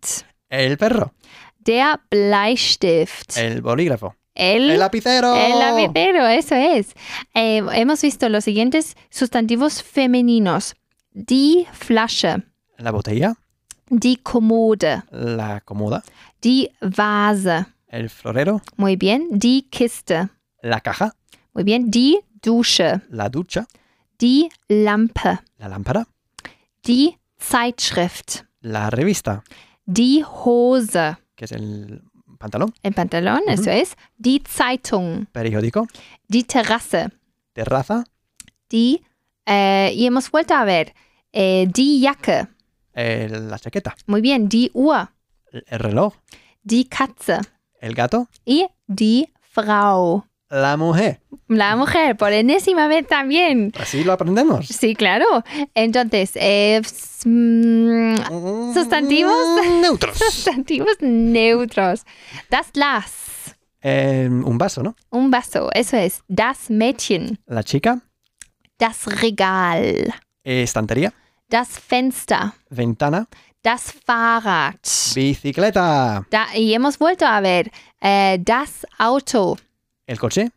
Speaker 2: el perro,
Speaker 1: Der Bleistift.
Speaker 2: el bolígrafo,
Speaker 1: El,
Speaker 2: el lapicero.
Speaker 1: el lapicero, eso es. Eh, hemos visto los siguientes sustantivos femeninos. Die Flasche.
Speaker 2: La botella,
Speaker 1: Die Kommode.
Speaker 2: la comoda,
Speaker 1: Die Vase.
Speaker 2: el florero,
Speaker 1: Muy bien. Die Kiste.
Speaker 2: la caja,
Speaker 1: Muy bien. Die Dusche.
Speaker 2: la ducha,
Speaker 1: Die Lampe.
Speaker 2: la lámpara,
Speaker 1: Die Zeitschrift.
Speaker 2: la revista,
Speaker 1: Die Hose.
Speaker 2: que es el pantalón,
Speaker 1: El pantalón, eso es. Die Zeitung.
Speaker 2: periódico,
Speaker 1: Die Terrasse.
Speaker 2: terraza,
Speaker 1: Die. Eh, y hemos vuelto a ver. eh, die Jacke.
Speaker 2: eh, la chaqueta,
Speaker 1: Muy bien. Die Uhr.
Speaker 2: el reloj,
Speaker 1: Die Katze.
Speaker 2: el gato,
Speaker 1: Y die Frau.
Speaker 2: la mujer.
Speaker 1: La mujer, por enésima vez también.
Speaker 2: Así lo aprendemos.
Speaker 1: Sí, claro. Entonces, eh, s- mm, ¿Sustantivos?
Speaker 2: Mm, Neutros.
Speaker 1: sustantivos neutros. Das las.
Speaker 2: Eh, un vaso, ¿no?
Speaker 1: Un vaso. Eso es. Das Mädchen.
Speaker 2: La chica,
Speaker 1: Das Regal.
Speaker 2: eh, estantería,
Speaker 1: Das Fenster.
Speaker 2: ventana,
Speaker 1: Das Fahrrad.
Speaker 2: bicicleta,
Speaker 1: Da, y hemos vuelto a ver. eh, das Auto.
Speaker 2: el coche,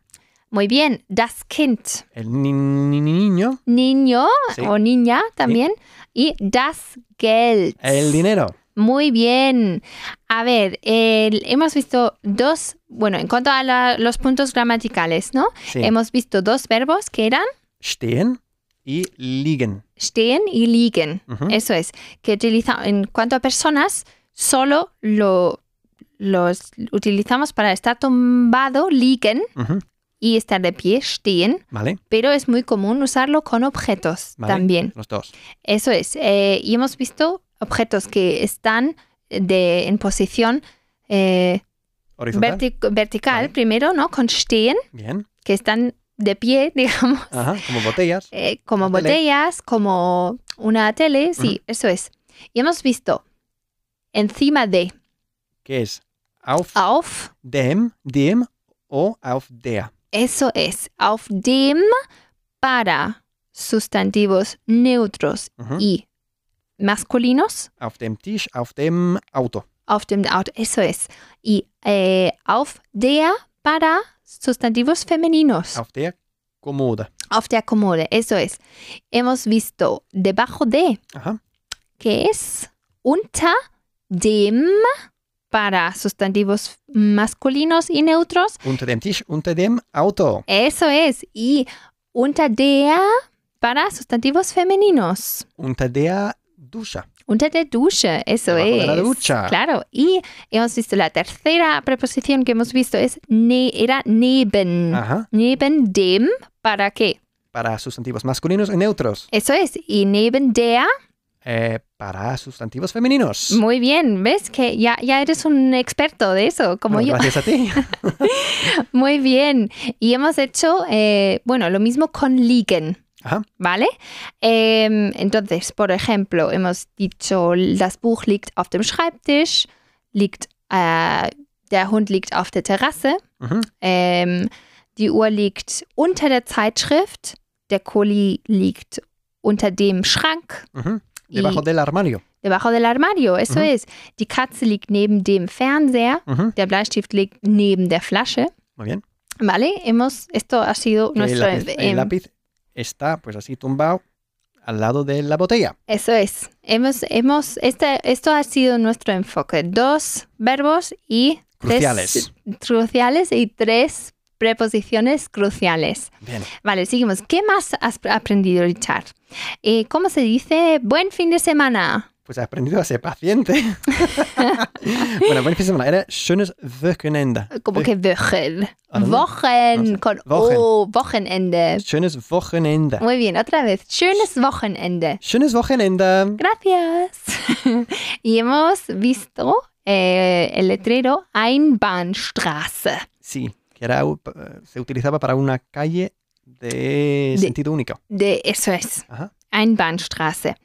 Speaker 1: Muy bien. Das Kind.
Speaker 2: el ni- ni- niño,
Speaker 1: Niño
Speaker 2: Sí.
Speaker 1: o niña también. Y das Geld.
Speaker 2: el dinero.
Speaker 1: Muy bien. A ver, el- hemos visto dos, bueno, en cuanto a la- los puntos gramaticales, ¿no?
Speaker 2: Sí.
Speaker 1: Hemos visto dos verbos que eran
Speaker 2: Stehen y liegen.
Speaker 1: stehen y liegen.
Speaker 2: Ujú.
Speaker 1: Eso es, que utiliza, en cuanto a personas, solo lo, los utilizamos para estar tumbado, liegen,
Speaker 2: Ujú,
Speaker 1: y estar de pie, stehen,
Speaker 2: ¿Vale?
Speaker 1: pero es muy común usarlo con objetos
Speaker 2: Vale.
Speaker 1: también.
Speaker 2: Los dos.
Speaker 1: Eso es. eh, y hemos visto objetos que están de, en posición eh,
Speaker 2: Horizontal.
Speaker 1: vertic- vertical,
Speaker 2: Vale.
Speaker 1: primero, ¿no? Con stehen,
Speaker 2: Bien.
Speaker 1: que están de pie, digamos,
Speaker 2: Ajá, como botellas.
Speaker 1: eh, como
Speaker 2: Una tele.
Speaker 1: botellas, como una tele, sí,
Speaker 2: Ujú.
Speaker 1: eso es. Y hemos visto encima de,
Speaker 2: que es auf
Speaker 1: Ah. auf,
Speaker 2: dem, dem o auf der.
Speaker 1: eso es, auf dem para sustantivos neutros
Speaker 2: Ujú.
Speaker 1: y masculinos,
Speaker 2: Auf dem Tisch, auf dem Auto.
Speaker 1: auf dem Auto, eso es. Y eh, auf der para sustantivos femeninos.
Speaker 2: Auf der Kommode.
Speaker 1: Auf der Kommode, eso es. Hemos visto debajo de,
Speaker 2: Ajá.
Speaker 1: que es unter dem para sustantivos masculinos y neutros.
Speaker 2: Unter dem Tisch, unter dem Auto.
Speaker 1: Eso es. Y unter der para sustantivos femeninos.
Speaker 2: Unter der Dusche.
Speaker 1: Unter der Dusche, eso
Speaker 2: Debajo
Speaker 1: es.
Speaker 2: de la ducha.
Speaker 1: Claro. Y hemos visto la tercera preposición que hemos visto es ne era neben.
Speaker 2: Ajá.
Speaker 1: Neben dem para qué.
Speaker 2: Para sustantivos masculinos y neutros.
Speaker 1: Eso es. Y neben der
Speaker 2: Eh, para sustantivos femeninos.
Speaker 1: Muy bien, ¿ves? Que ya, ya eres un experto de eso, como
Speaker 2: Bueno,
Speaker 1: yo.
Speaker 2: Gracias a ti.
Speaker 1: Muy bien. Y hemos hecho, eh, bueno, lo mismo con liegen,
Speaker 2: Ajá.
Speaker 1: ¿vale? Em, entonces, por ejemplo, hemos dicho, das Buch liegt auf dem Schreibtisch, liegt, äh, der Hund liegt auf der Terrasse,
Speaker 2: Ujú.
Speaker 1: ähm, die Uhr liegt unter der Zeitschrift, der Kuli liegt unter dem Schrank.
Speaker 2: Ujú.
Speaker 1: y-
Speaker 2: Debajo del armario.
Speaker 1: debajo del armario, eso
Speaker 2: Mhm.
Speaker 1: es. Die Katze liegt neben dem Fernseher,
Speaker 2: Ujú,
Speaker 1: der Bleistift liegt neben der Flasche,
Speaker 2: Muy bien.
Speaker 1: ¿vale? Hemos, esto ha sido
Speaker 2: El
Speaker 1: nuestro...
Speaker 2: lápiz, el
Speaker 1: em,
Speaker 2: lápiz está pues así tumbado al lado de la botella.
Speaker 1: Eso es. Hemos, hemos, este, esto ha sido nuestro enfoque. Dos verbos y
Speaker 2: Cruciales.
Speaker 1: tres cruciales y tres preposiciones cruciales.
Speaker 2: Bien.
Speaker 1: Vale, seguimos. ¿Qué más has aprendido, Richard? Eh, ¿Cómo se dice buen fin de semana?
Speaker 2: Pues he aprendido a ser paciente. bueno, buen fin de semana. Era schönes Wochenende.
Speaker 1: Como que Wochen.
Speaker 2: Ah, ¿no?
Speaker 1: Wochen con
Speaker 2: Wochen.
Speaker 1: O, Wochenende.
Speaker 2: Schönes Wochenende.
Speaker 1: Muy bien, otra vez. Schönes Wochenende.
Speaker 2: Schönes Wochenende.
Speaker 1: Gracias. y hemos visto eh, el letrero Einbahnstraße.
Speaker 2: Sí, que era, u- eh, se utilizaba para una calle de
Speaker 1: De-
Speaker 2: sentido único.
Speaker 1: De eso es,
Speaker 2: Ajá.
Speaker 1: Einbahnstraße.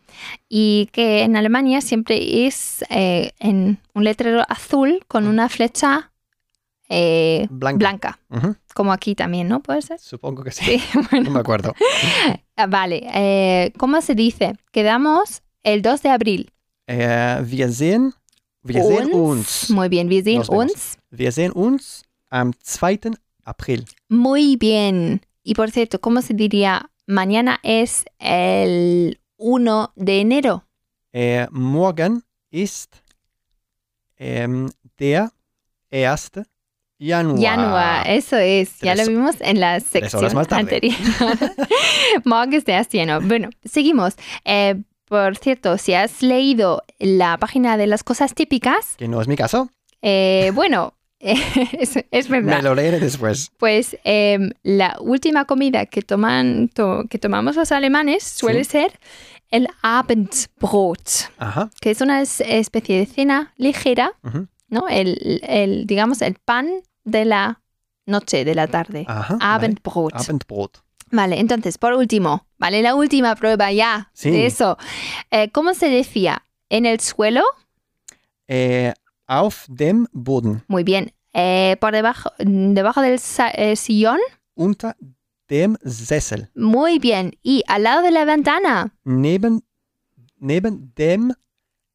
Speaker 1: Y que en Alemania siempre es eh, en un letrero azul con una flecha eh,
Speaker 2: Blanca.
Speaker 1: blanca,
Speaker 2: Ujú,
Speaker 1: como aquí también, ¿no? ¿Puede ser?
Speaker 2: Supongo que sí.
Speaker 1: Sí, bueno.
Speaker 2: No me acuerdo.
Speaker 1: Ah, Vale, eh, ¿cómo se dice? Quedamos el 2 de abril.
Speaker 2: Äh, wir sehen, wir sehen uns.
Speaker 1: Muy bien, wir sehen
Speaker 2: Nos vemos.
Speaker 1: uns.
Speaker 2: Wir sehen uns am 2. April.
Speaker 1: Muy bien. Y por cierto, ¿cómo se diría? Mañana es el 1 de enero.
Speaker 2: Äh, morgen ist ähm, der 1. Januar.
Speaker 1: Januar, eso es. Ya lo
Speaker 2: Tres-
Speaker 1: vimos en la
Speaker 2: tres
Speaker 1: sección
Speaker 2: horas más tarde.
Speaker 1: anterior. Morgues de Astiano. Bueno, seguimos. Eh, por cierto, si has leído la página de las cosas típicas,
Speaker 2: Que no es mi caso.
Speaker 1: eh, bueno, es, es
Speaker 2: Me
Speaker 1: verdad.
Speaker 2: lo leeré después.
Speaker 1: Pues eh, la última comida que, toman, to- que tomamos los alemanes suele ser el Abendbrot,
Speaker 2: Ajá.
Speaker 1: que es una es- especie de cena ligera,
Speaker 2: ujú,
Speaker 1: ¿no? El, el, digamos, el pan de la noche, de la tarde.
Speaker 2: Ajá. Ah, vale.
Speaker 1: Abendbrot.
Speaker 2: Abendbrot.
Speaker 1: Vale, entonces, por último, ¿vale? La última prueba ya
Speaker 2: Sí.
Speaker 1: de eso. Eh, ¿Cómo se decía? En el suelo,
Speaker 2: Äh, auf dem Boden.
Speaker 1: muy bien. Eh, por debajo, debajo del sa- eh, sillón,
Speaker 2: Unter dem Sessel.
Speaker 1: muy bien. Y al lado de la ventana.
Speaker 2: Neben, neben dem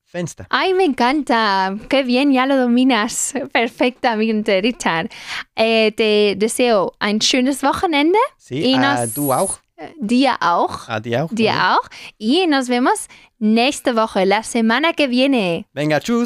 Speaker 2: Fenster.
Speaker 1: ¡Ay, me encanta! ¡Qué bien! Ya lo dominas perfectamente, Richard. Eh, te deseo ein schönes Wochenende.
Speaker 2: Sí,
Speaker 1: Y
Speaker 2: ah,
Speaker 1: nos-
Speaker 2: du auch.
Speaker 1: Eh, Dir auch.
Speaker 2: Ah, dir auch.
Speaker 1: Dir auch. Y nos vemos nächste Woche, la semana que viene.
Speaker 2: Venga, tschüss.